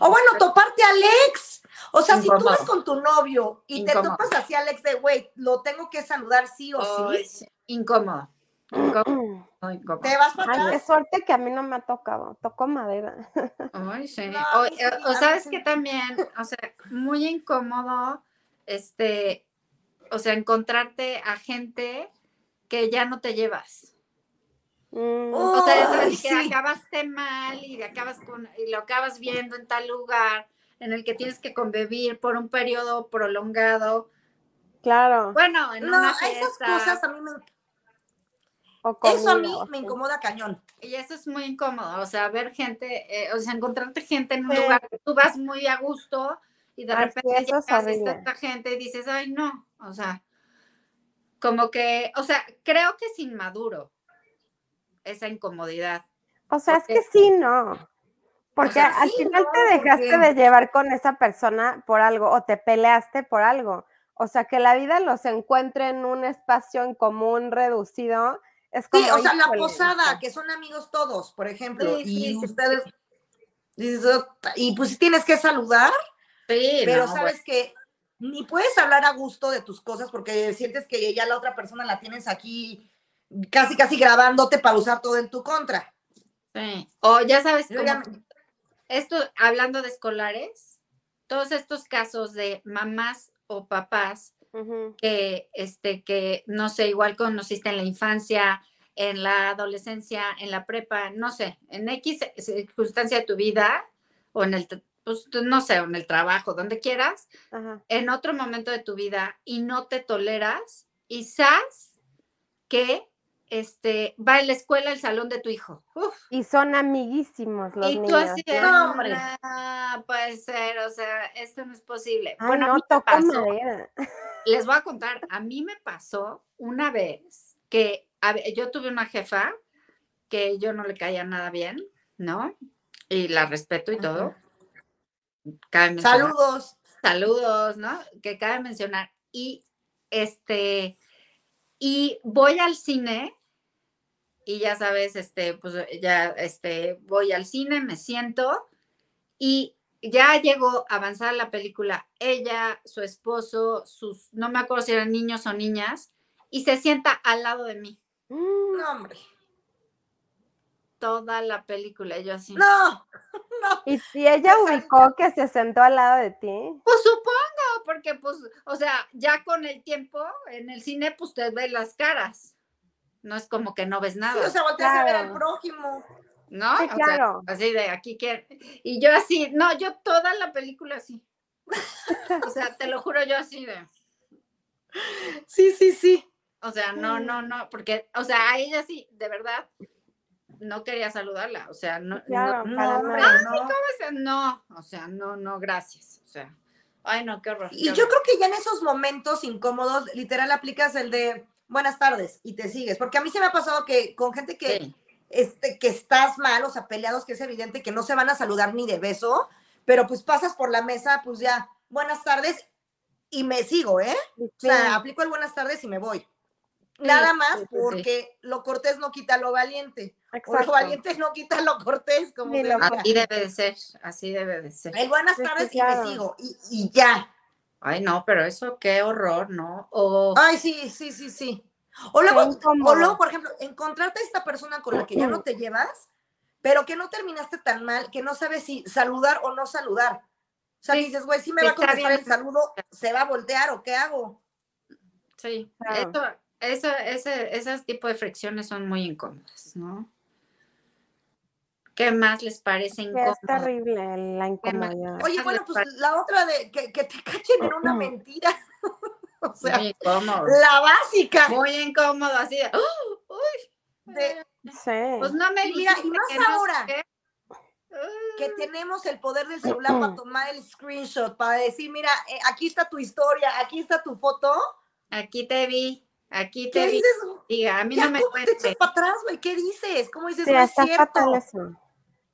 [SPEAKER 2] O bueno, toparte a Alex. O sea, si tú
[SPEAKER 1] Incómodo.
[SPEAKER 2] vas con tu novio y te
[SPEAKER 1] Incómodo.
[SPEAKER 2] topas así a Alex de, güey, lo tengo que saludar sí o
[SPEAKER 1] Ay,
[SPEAKER 2] Oh, sí,
[SPEAKER 1] sí, Incómodo. Incómodo, incómodo.
[SPEAKER 2] te vas para
[SPEAKER 3] Ay, qué
[SPEAKER 2] atrás.
[SPEAKER 3] suerte que a mí no me ha tocado, tocó madera.
[SPEAKER 1] Ay, sí.
[SPEAKER 2] No,
[SPEAKER 1] o, eh,
[SPEAKER 2] a mí sí,
[SPEAKER 1] o- o
[SPEAKER 2] a mí
[SPEAKER 1] sabes
[SPEAKER 2] sí.
[SPEAKER 1] que también, o sea, muy incómodo, este, o sea, encontrarte a gente que ya no te llevas.
[SPEAKER 3] Mm.
[SPEAKER 2] Oh,
[SPEAKER 1] O sea, eso de
[SPEAKER 2] Ay,
[SPEAKER 1] que
[SPEAKER 2] sí.
[SPEAKER 1] acabaste mal y, de acabas con, y lo acabas viendo en tal lugar en el que tienes que convivir por un periodo prolongado.
[SPEAKER 3] Claro.
[SPEAKER 1] Bueno, en
[SPEAKER 2] No,
[SPEAKER 1] una
[SPEAKER 2] esas
[SPEAKER 1] fiesta.
[SPEAKER 2] cosas a mí me,
[SPEAKER 3] o con
[SPEAKER 2] eso a
[SPEAKER 3] uno,
[SPEAKER 2] mí
[SPEAKER 3] o
[SPEAKER 2] me
[SPEAKER 3] sí.
[SPEAKER 2] incomoda cañón.
[SPEAKER 1] Y eso es muy incómodo, o sea, ver gente, eh, o sea, encontrarte gente en un
[SPEAKER 3] Sí.
[SPEAKER 1] lugar que tú vas muy a gusto y de
[SPEAKER 3] Así
[SPEAKER 1] repente
[SPEAKER 3] es, eso
[SPEAKER 1] llegas
[SPEAKER 3] es
[SPEAKER 1] y está
[SPEAKER 3] horrible.
[SPEAKER 1] esta gente y dices, ay, no, o sea, como que, o sea, creo que es inmaduro esa incomodidad.
[SPEAKER 3] O sea, es que
[SPEAKER 1] Porque-
[SPEAKER 3] sí, no. Porque
[SPEAKER 1] sea,
[SPEAKER 3] al
[SPEAKER 2] sí,
[SPEAKER 3] final te
[SPEAKER 2] no,
[SPEAKER 3] dejaste
[SPEAKER 2] porque-
[SPEAKER 3] de llevar con esa persona por algo o te peleaste por algo. O sea, que la vida los encuentre en un espacio en común reducido. Es como,
[SPEAKER 2] Sí, o sea, la
[SPEAKER 3] híjole,
[SPEAKER 2] posada,
[SPEAKER 3] sea,
[SPEAKER 2] que son amigos todos, por ejemplo,
[SPEAKER 1] Sí,
[SPEAKER 2] y
[SPEAKER 1] sí, sí.
[SPEAKER 2] ustedes, dices, "Ota", y pues sí tienes que saludar,
[SPEAKER 1] Sí,
[SPEAKER 2] pero
[SPEAKER 1] no,
[SPEAKER 2] sabes que ni puedes hablar a gusto de tus cosas porque sientes que ya la otra persona la tienes aquí casi, casi grabándote para usar todo en tu contra.
[SPEAKER 1] bueno, sí. O ya sabes,
[SPEAKER 2] Yo
[SPEAKER 1] como
[SPEAKER 2] ya-
[SPEAKER 1] esto, hablando de escolares, todos estos casos de mamás o papás
[SPEAKER 3] ujú.
[SPEAKER 1] que, este, que, no sé, igual conociste en la infancia, en la adolescencia, en la prepa, no sé, en X circunstancia de tu vida, o en el, t- pues, tú, no sé, o en el trabajo, donde quieras,
[SPEAKER 3] Ajá.
[SPEAKER 1] en otro momento de tu vida y no te toleras, y sabes que este, va a la escuela al salón de tu hijo. Uf,
[SPEAKER 3] Y son amiguísimos los
[SPEAKER 1] y
[SPEAKER 3] niños. ¿eh?
[SPEAKER 1] tú así,
[SPEAKER 3] ¿no?
[SPEAKER 1] de,
[SPEAKER 2] No, hombre.
[SPEAKER 1] "No puede ser, o sea, esto no es posible.
[SPEAKER 3] Ay,
[SPEAKER 1] bueno, a
[SPEAKER 3] no
[SPEAKER 1] mí me
[SPEAKER 3] toco
[SPEAKER 1] pasó.
[SPEAKER 3] madera.
[SPEAKER 1] Les voy a contar, a mí me pasó una vez que a ver, yo tuve una jefa que yo no le caía nada bien, ¿no? Y la respeto y todo. Cabe mencionar-
[SPEAKER 2] Saludos.
[SPEAKER 1] Saludos, ¿no? Que cabe mencionar. Y este, y voy al cine y ya sabes, este, pues ya, este, voy al cine, me siento y ya llegó avanzada la película, ella, su esposo, sus, no me acuerdo si eran niños o niñas, y se sienta al lado de mí
[SPEAKER 3] Mm,
[SPEAKER 2] No, hombre.
[SPEAKER 1] toda la película, y yo así.
[SPEAKER 2] No, no.
[SPEAKER 3] Y si ella
[SPEAKER 2] Pues,
[SPEAKER 3] ubicó que se sentó al lado de ti.
[SPEAKER 1] Pues supongo, porque pues, o sea, ya con el tiempo en el cine, pues te ves las caras. No es como que no ves nada,
[SPEAKER 2] Sí, o sea, volteas a ver
[SPEAKER 3] Claro.
[SPEAKER 2] al prójimo.
[SPEAKER 1] ¿no?
[SPEAKER 3] Sí,
[SPEAKER 1] O sea,
[SPEAKER 3] claro.
[SPEAKER 1] así de aquí que. Y yo así, no, yo toda la película así. O sea, te lo juro, yo así de.
[SPEAKER 2] Sí, sí, sí.
[SPEAKER 1] O sea, no, no, no, porque, o sea, a ella sí, de verdad, no quería saludarla. O sea, no, no,
[SPEAKER 3] Claro,
[SPEAKER 2] No,
[SPEAKER 3] para
[SPEAKER 2] hombre,
[SPEAKER 3] nada.
[SPEAKER 2] no.
[SPEAKER 1] o sea, no, o sea, no, no, gracias. O sea, ay, no, qué horror.
[SPEAKER 2] Y yo creo que ya en esos momentos incómodos, literal, aplicas el de buenas tardes y te sigues. Porque a mí se me ha pasado que con gente que, este, que estás mal, o sea, peleados, que es evidente que no se van a saludar ni de beso, pero pues pasas por la mesa, pues ya, buenas tardes y me sigo, ¿eh?
[SPEAKER 3] Y
[SPEAKER 2] O sea,
[SPEAKER 3] sí.
[SPEAKER 2] aplico el buenas tardes y me voy.
[SPEAKER 1] Sí,
[SPEAKER 2] Nada más
[SPEAKER 1] sí, sí, sí.
[SPEAKER 2] porque lo cortés no quita lo valiente. O
[SPEAKER 3] Exacto.
[SPEAKER 2] lo valiente no quita lo cortés, como
[SPEAKER 3] Ni
[SPEAKER 2] se
[SPEAKER 3] lo
[SPEAKER 2] diga.
[SPEAKER 1] Así debe de ser, así debe de ser.
[SPEAKER 2] El buenas
[SPEAKER 3] Sí, sí,
[SPEAKER 2] tardes y
[SPEAKER 3] claro.
[SPEAKER 2] me sigo. Y, y ya.
[SPEAKER 1] Ay, no, pero eso qué horror, ¿no? O
[SPEAKER 2] Ay, sí, sí, sí, sí. O
[SPEAKER 3] Qué
[SPEAKER 2] luego, o
[SPEAKER 3] incómodo.
[SPEAKER 2] luego, por ejemplo, encontrarte a esta persona con la que ya no te llevas, pero que no terminaste tan mal, que no sabes si saludar o no saludar. O sea,
[SPEAKER 1] Sí,
[SPEAKER 2] dices, güey, sí me
[SPEAKER 1] sí
[SPEAKER 2] va a
[SPEAKER 1] está
[SPEAKER 2] contestar
[SPEAKER 1] bien.
[SPEAKER 2] el saludo, se va a voltear o qué hago.
[SPEAKER 1] sí,
[SPEAKER 3] Claro.
[SPEAKER 1] eso, eso, ese, esas tipo de fricciones son muy incómodas, ¿no? ¿Qué más les parece incómodo?
[SPEAKER 3] Es terrible la incomodidad.
[SPEAKER 2] Oye,
[SPEAKER 1] Ándale,
[SPEAKER 2] bueno, pues
[SPEAKER 1] para-
[SPEAKER 2] la otra de que, que te cachen en una mentira. o sea,
[SPEAKER 1] Muy incómodo.
[SPEAKER 2] la básica.
[SPEAKER 1] Muy incómodo, así de, ¡ah! uy,
[SPEAKER 2] De-
[SPEAKER 3] Sí.
[SPEAKER 1] pues no me
[SPEAKER 2] Y mira, y
[SPEAKER 1] dijiste
[SPEAKER 2] más
[SPEAKER 1] que no sé
[SPEAKER 2] ahora.
[SPEAKER 1] qué.
[SPEAKER 2] que tenemos el poder del celular para tomar el screenshot, para decir, mira, eh, aquí está tu historia, aquí está tu foto.
[SPEAKER 1] Aquí te vi, aquí te
[SPEAKER 2] ¿Qué
[SPEAKER 1] vi.
[SPEAKER 2] dices?
[SPEAKER 1] Diga, a mí
[SPEAKER 2] Ya,
[SPEAKER 1] no me
[SPEAKER 2] ¿cómo te echas
[SPEAKER 1] cuentes.
[SPEAKER 2] para atrás, güey? ¿Qué dices? ¿Cómo dices?
[SPEAKER 3] Sí,
[SPEAKER 2] no es
[SPEAKER 3] está fatal
[SPEAKER 2] cierto.
[SPEAKER 3] eso.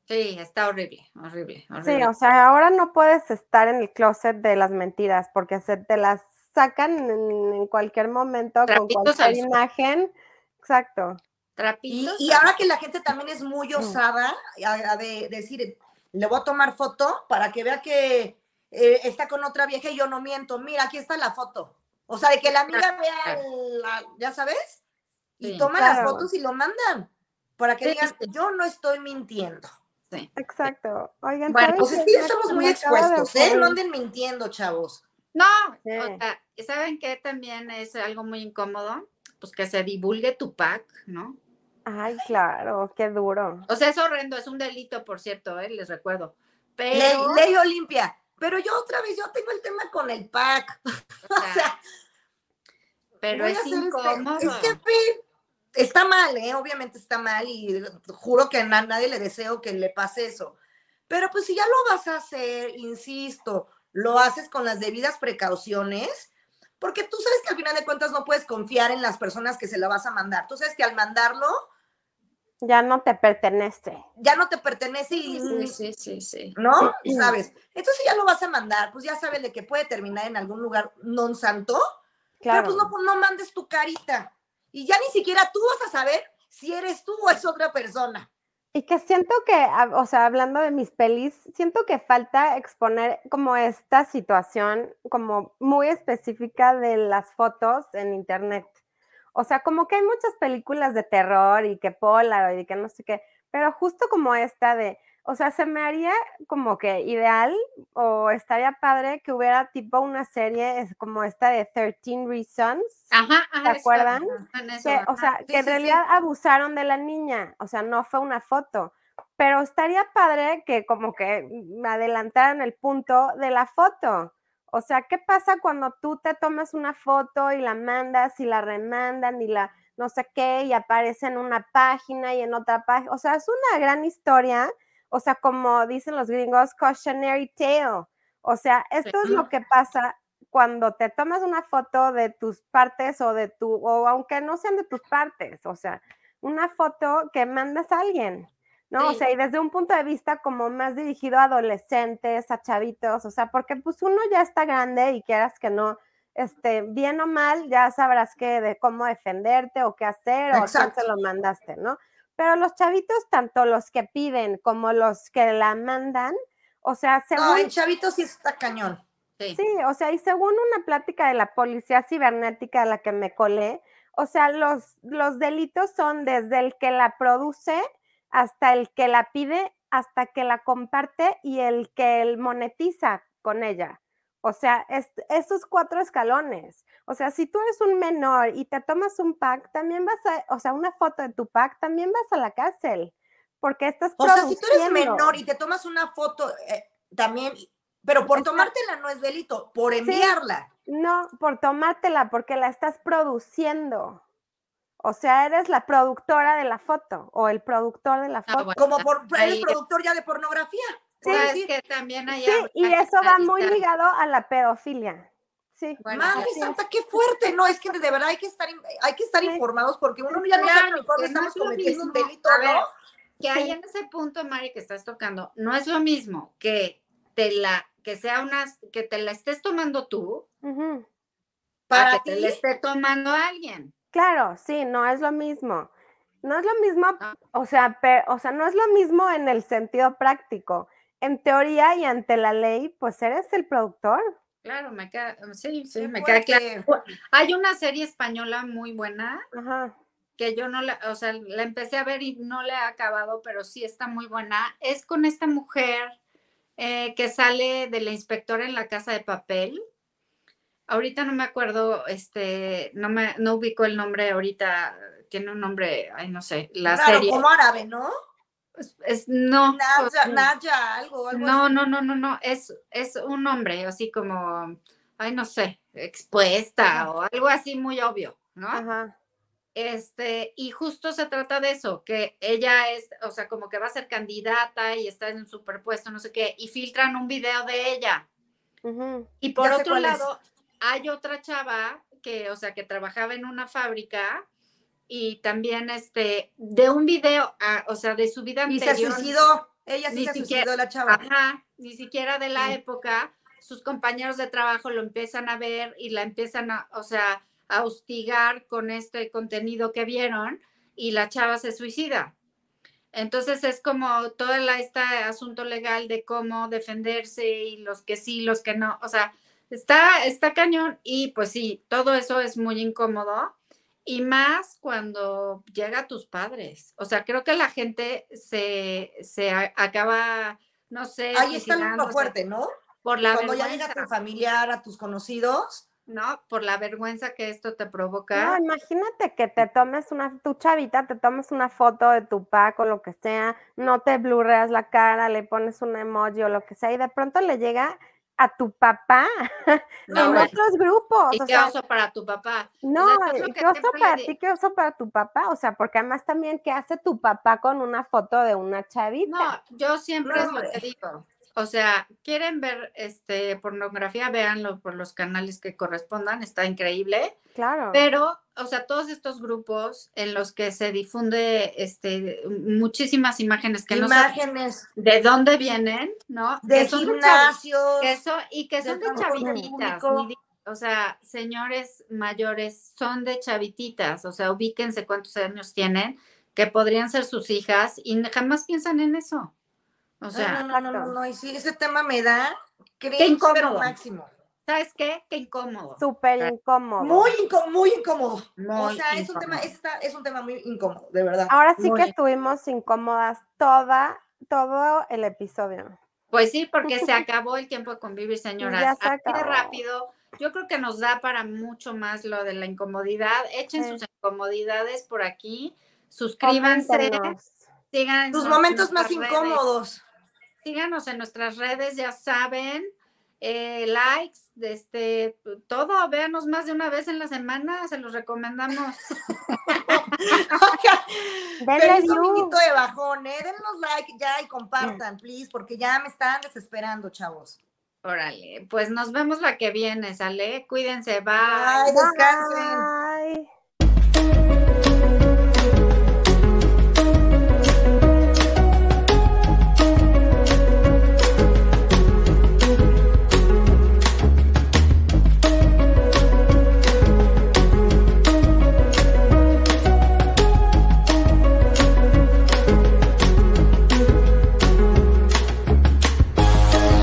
[SPEAKER 1] Sí, está horrible, horrible, horrible.
[SPEAKER 3] Sí, o sea, ahora no puedes estar en el closet de las mentiras porque se te las sacan en, en cualquier momento con
[SPEAKER 1] Trapitos al
[SPEAKER 3] cualquier
[SPEAKER 1] sol.
[SPEAKER 3] imagen. Exacto.
[SPEAKER 2] Y,
[SPEAKER 1] Trapitos.
[SPEAKER 2] y ahora que la gente también es muy osada a, a de decir, le voy a tomar foto para que vea que eh, está con otra vieja y yo no miento. Mira, aquí está la foto. O sea, de que la amiga vea, la- ya sabes, y
[SPEAKER 1] Sí,
[SPEAKER 2] toma
[SPEAKER 3] claro.
[SPEAKER 2] las fotos y lo mandan para que
[SPEAKER 1] Sí,
[SPEAKER 2] digan,
[SPEAKER 1] sí.
[SPEAKER 2] yo no estoy mintiendo.
[SPEAKER 3] Exacto. Oigan,
[SPEAKER 1] Bueno,
[SPEAKER 3] ¿saben
[SPEAKER 2] Pues
[SPEAKER 3] qué?
[SPEAKER 2] es que ya
[SPEAKER 3] Me-
[SPEAKER 2] estamos
[SPEAKER 3] me
[SPEAKER 2] muy
[SPEAKER 3] acaba de
[SPEAKER 2] expuestos, ¿eh? No
[SPEAKER 3] ocurrir.
[SPEAKER 2] anden mintiendo, chavos.
[SPEAKER 1] No,
[SPEAKER 3] Sí.
[SPEAKER 1] o sea, ¿saben qué también es algo muy incómodo? Pues que se divulgue tu pack, ¿no?
[SPEAKER 3] Ay, claro, qué duro.
[SPEAKER 1] O sea, es horrendo, es un delito, por cierto, ¿eh? les recuerdo.
[SPEAKER 2] Ley,
[SPEAKER 1] Pero,
[SPEAKER 2] ley Olimpia. Pero yo otra vez, yo tengo el tema con el pack. O sea,
[SPEAKER 1] pero
[SPEAKER 2] voy a
[SPEAKER 1] es
[SPEAKER 2] hacer este-
[SPEAKER 1] incómodo.
[SPEAKER 2] Es que ve, está mal, ¿eh? obviamente está mal y juro que a na- nadie le deseo que le pase eso. Pero pues si ya lo vas a hacer, insisto, lo haces con las debidas precauciones, porque tú sabes que al final de cuentas no puedes confiar en las personas que se la vas a mandar. Tú sabes que al mandarlo
[SPEAKER 3] Ya no te pertenece.
[SPEAKER 2] ya no te pertenece y
[SPEAKER 1] Sí, sí, sí, sí.
[SPEAKER 2] ¿no? ¿Sabes? Entonces ya lo vas a mandar, pues ya sabes de que puede terminar en algún lugar non santo,
[SPEAKER 3] Claro.
[SPEAKER 2] pero pues no, no mandes tu carita. Y ya ni siquiera tú vas a saber si eres tú o es otra persona.
[SPEAKER 3] Y que siento que, a- o sea, hablando de mis pelis, siento que falta exponer como esta situación como muy específica de las fotos en internet. O sea, como que hay muchas películas de terror y que Polaroid y que no sé qué, pero justo como esta de, o sea, se me haría como que ideal o estaría padre que hubiera tipo una serie es como esta de 13 Reasons
[SPEAKER 1] Ajá, ajá.
[SPEAKER 3] ¿Te acuerdan?
[SPEAKER 1] En eso,
[SPEAKER 3] que,
[SPEAKER 1] ajá.
[SPEAKER 3] o sea,
[SPEAKER 2] sí,
[SPEAKER 3] que
[SPEAKER 2] sí,
[SPEAKER 3] en
[SPEAKER 2] sí.
[SPEAKER 3] realidad abusaron de la niña, o sea, no fue una foto, pero estaría padre que como que me adelantaran el punto de la foto. O sea, ¿qué pasa cuando tú te tomas una foto y la mandas y la remandan y la no sé qué y aparece en una página y en otra página? O sea, es una gran historia, o sea, como dicen los gringos, cautionary tale. O sea, esto es lo que pasa cuando te tomas una foto de tus partes o de tu, o aunque no sean de tus partes, o sea, una foto que mandas a alguien, ¿no? O
[SPEAKER 1] Sí.
[SPEAKER 3] sea, y desde un punto de vista como más dirigido a adolescentes, a chavitos, o sea, porque pues uno ya está grande y quieras que no, este, bien o mal, ya sabrás que de cómo defenderte o qué hacer o a quién
[SPEAKER 2] Exacto.
[SPEAKER 3] se lo mandaste, ¿no? Pero los chavitos, tanto los que piden como los que la mandan, o sea, según
[SPEAKER 2] No, el chavito sí está cañón.
[SPEAKER 1] Sí.
[SPEAKER 3] Sí, o sea, y según una plática de la policía cibernética a la que me colé, o sea, los, los delitos son desde el que la produce hasta el que la pide, hasta que la comparte y el que el monetiza con ella. O sea, es- esos cuatro escalones. O sea, si tú eres un menor y te tomas un pack, también vas a, o sea, una foto de tu pack, también vas a la cárcel, porque estás
[SPEAKER 2] O sea, si tú eres
[SPEAKER 3] produciendo.
[SPEAKER 2] menor y te tomas una foto eh, también, pero por
[SPEAKER 3] Exacto.
[SPEAKER 2] tomártela no es delito, por enviarla.
[SPEAKER 3] No, por tomártela, porque la estás produciendo. O sea, eres la productora de la foto o el productor de la
[SPEAKER 1] Ah,
[SPEAKER 3] foto.
[SPEAKER 1] bueno,
[SPEAKER 2] Como por eres
[SPEAKER 1] Ahí-
[SPEAKER 2] productor ya de pornografía.
[SPEAKER 1] Sí,
[SPEAKER 2] por
[SPEAKER 1] es
[SPEAKER 2] decir,
[SPEAKER 1] que también hay
[SPEAKER 3] Sí,
[SPEAKER 1] ahora
[SPEAKER 3] y
[SPEAKER 1] que
[SPEAKER 3] eso va muy
[SPEAKER 1] analizar-
[SPEAKER 3] ligado a la pedofilia. Sí.
[SPEAKER 1] Bueno,
[SPEAKER 2] Madre
[SPEAKER 3] así es.
[SPEAKER 2] santa, qué fuerte, no, es que de verdad hay que estar, in- hay que estar
[SPEAKER 3] Sí.
[SPEAKER 2] informados porque uno ya no sabe
[SPEAKER 1] Claro,
[SPEAKER 2] ni
[SPEAKER 1] que
[SPEAKER 2] cuándo
[SPEAKER 1] no
[SPEAKER 2] estamos
[SPEAKER 1] es lo
[SPEAKER 2] cometiendo un
[SPEAKER 1] mismo.
[SPEAKER 2] delito,
[SPEAKER 1] A
[SPEAKER 2] ¿no?
[SPEAKER 1] ver, que ahí
[SPEAKER 3] Sí.
[SPEAKER 1] en ese punto, Mari, que estás tocando, no es lo mismo que te la, que sea una, que te la estés tomando tú,
[SPEAKER 3] Ujú.
[SPEAKER 1] para
[SPEAKER 2] Para
[SPEAKER 1] Ah, que te la
[SPEAKER 2] ti,
[SPEAKER 1] esté tomando alguien.
[SPEAKER 3] Claro, sí, no es lo mismo. No es lo mismo,
[SPEAKER 1] Ah.
[SPEAKER 3] o sea, pe- o sea, no es lo mismo en el sentido práctico. En teoría y ante la ley, pues eres el productor.
[SPEAKER 1] Claro, me queda, sí, sí,
[SPEAKER 2] qué
[SPEAKER 1] me queda claro.
[SPEAKER 2] fuerte.
[SPEAKER 1] Hay una serie española muy buena
[SPEAKER 3] Ajá.
[SPEAKER 1] que yo no la, o sea, la empecé a ver y no la he acabado, pero sí está muy buena. Es con esta mujer eh, que sale de la inspectora en la casa de papel. Ahorita no me acuerdo, este, no me, no ubico el nombre ahorita, tiene un nombre, ay, no sé, la
[SPEAKER 2] Claro,
[SPEAKER 1] serie.
[SPEAKER 2] como árabe, ¿no?
[SPEAKER 1] Es, es- no,
[SPEAKER 2] Naya,
[SPEAKER 1] no.
[SPEAKER 2] Naya, algo, algo
[SPEAKER 1] No, no, no, no, no, es, es un hombre así como, ay, no sé, expuesta
[SPEAKER 2] Ajá.
[SPEAKER 1] o algo así muy obvio, ¿no?
[SPEAKER 3] Ajá.
[SPEAKER 1] Este, y justo se trata de eso, que ella es, o sea, como que va a ser candidata y está en un superpuesto, no sé qué, y filtran un video de ella.
[SPEAKER 3] ujú.
[SPEAKER 1] Y por
[SPEAKER 2] Ya sé
[SPEAKER 1] otro
[SPEAKER 2] cuál es.
[SPEAKER 1] lado, hay otra chava que, o sea, que trabajaba en una fábrica y también, este, de un video, ah, o sea, de su vida
[SPEAKER 2] así. Y se
[SPEAKER 1] anterior.
[SPEAKER 2] suicidó, ella sí
[SPEAKER 1] Ni
[SPEAKER 2] se
[SPEAKER 1] siquiera- Ah,
[SPEAKER 2] suicidó la chava.
[SPEAKER 1] Ajá, ni siquiera de la
[SPEAKER 2] Sí.
[SPEAKER 1] época, sus compañeros de trabajo lo empiezan a ver y la empiezan a, o sea, a hostigar con este contenido que vieron y la chava se suicida. Entonces es como todo la- este asunto legal de cómo defenderse y los que sí, los que no, o sea, está, está cañón y pues sí, todo eso es muy incómodo y más cuando llega a tus padres. O sea, creo que la gente se, se a- acaba, no sé,
[SPEAKER 2] Ahí está lo
[SPEAKER 1] suicidándose
[SPEAKER 2] fuerte, ¿no?
[SPEAKER 1] por la
[SPEAKER 2] Cuando ya
[SPEAKER 1] vergüenza.
[SPEAKER 2] llega tu familiar, a tus conocidos,
[SPEAKER 1] ¿no? Por la vergüenza que esto te provoca.
[SPEAKER 3] No, imagínate que te tomes una, tu chavita, te tomes una foto de tu pack o lo que sea, no te blurreas la cara, le pones un emoji o lo que sea, y de pronto le llega a tu papá
[SPEAKER 1] No,
[SPEAKER 3] en
[SPEAKER 1] bueno.
[SPEAKER 3] otros grupos.
[SPEAKER 1] ¿Y
[SPEAKER 3] o
[SPEAKER 1] qué
[SPEAKER 3] sea,
[SPEAKER 1] oso para tu papá?
[SPEAKER 3] no,
[SPEAKER 1] eso es lo que
[SPEAKER 3] qué oso
[SPEAKER 1] siempre le
[SPEAKER 3] para
[SPEAKER 1] di-
[SPEAKER 3] ti, qué oso para tu papá, o sea, porque además también, ¿qué hace tu papá con una foto de una chavita?
[SPEAKER 1] No, yo siempre
[SPEAKER 2] No,
[SPEAKER 1] es lo
[SPEAKER 2] hombre.
[SPEAKER 1] que digo. O sea, quieren ver este pornografía, véanlo por los canales que correspondan, está increíble.
[SPEAKER 3] claro.
[SPEAKER 1] Pero, o sea, todos estos grupos en los que se difunde este muchísimas imágenes que no sabes
[SPEAKER 2] Imágenes
[SPEAKER 1] de dónde vienen, ¿no?
[SPEAKER 2] de
[SPEAKER 1] Que son chavi-
[SPEAKER 2] gimnasios.
[SPEAKER 1] que son- y que son de
[SPEAKER 2] del transporte
[SPEAKER 1] chavititas.
[SPEAKER 2] público.
[SPEAKER 1] ni di- O sea, señores mayores son de chavititas, o sea, ubíquense cuántos años tienen, que podrían ser sus hijas y jamás piensan en eso. O
[SPEAKER 2] No,
[SPEAKER 1] sea,
[SPEAKER 2] no, no, no, no, no, y sí, ese tema me da
[SPEAKER 1] Qué
[SPEAKER 2] cringe,
[SPEAKER 1] incómodo.
[SPEAKER 2] pero máximo.
[SPEAKER 1] ¿sabes qué? Qué incómodo.
[SPEAKER 3] Súper incómodo.
[SPEAKER 2] Muy, incó- muy incómodo. o
[SPEAKER 1] Muy
[SPEAKER 2] sea, es un
[SPEAKER 1] incómodo.
[SPEAKER 2] tema, está, es un tema muy incómodo, de verdad.
[SPEAKER 3] Ahora sí
[SPEAKER 1] muy.
[SPEAKER 3] que estuvimos incómodas toda, todo el episodio.
[SPEAKER 1] Pues sí, porque se acabó el tiempo de convivir, señoras.
[SPEAKER 3] Ya se
[SPEAKER 1] Así de
[SPEAKER 3] acabó.
[SPEAKER 1] rápido. Yo creo que nos da para mucho más lo de la incomodidad. Echen
[SPEAKER 3] Sí.
[SPEAKER 1] sus incomodidades por aquí. Suscríbanse,
[SPEAKER 3] Coméntenos.
[SPEAKER 1] sigan
[SPEAKER 2] Tus
[SPEAKER 1] en
[SPEAKER 2] momentos más
[SPEAKER 1] nuestras redes.
[SPEAKER 2] incómodos.
[SPEAKER 1] Síganos en nuestras redes, ya saben. Eh, likes, de este, todo, véanos más de una vez en la semana, se los recomendamos.
[SPEAKER 3] Denle
[SPEAKER 2] Pero es un
[SPEAKER 3] view.
[SPEAKER 2] minutito de bajón, ¿eh? Denos like ya y compartan, please, porque ya me están desesperando, chavos.
[SPEAKER 1] Órale, pues nos vemos la que viene, ¿sale? Cuídense, bye.
[SPEAKER 2] Ay, descansen.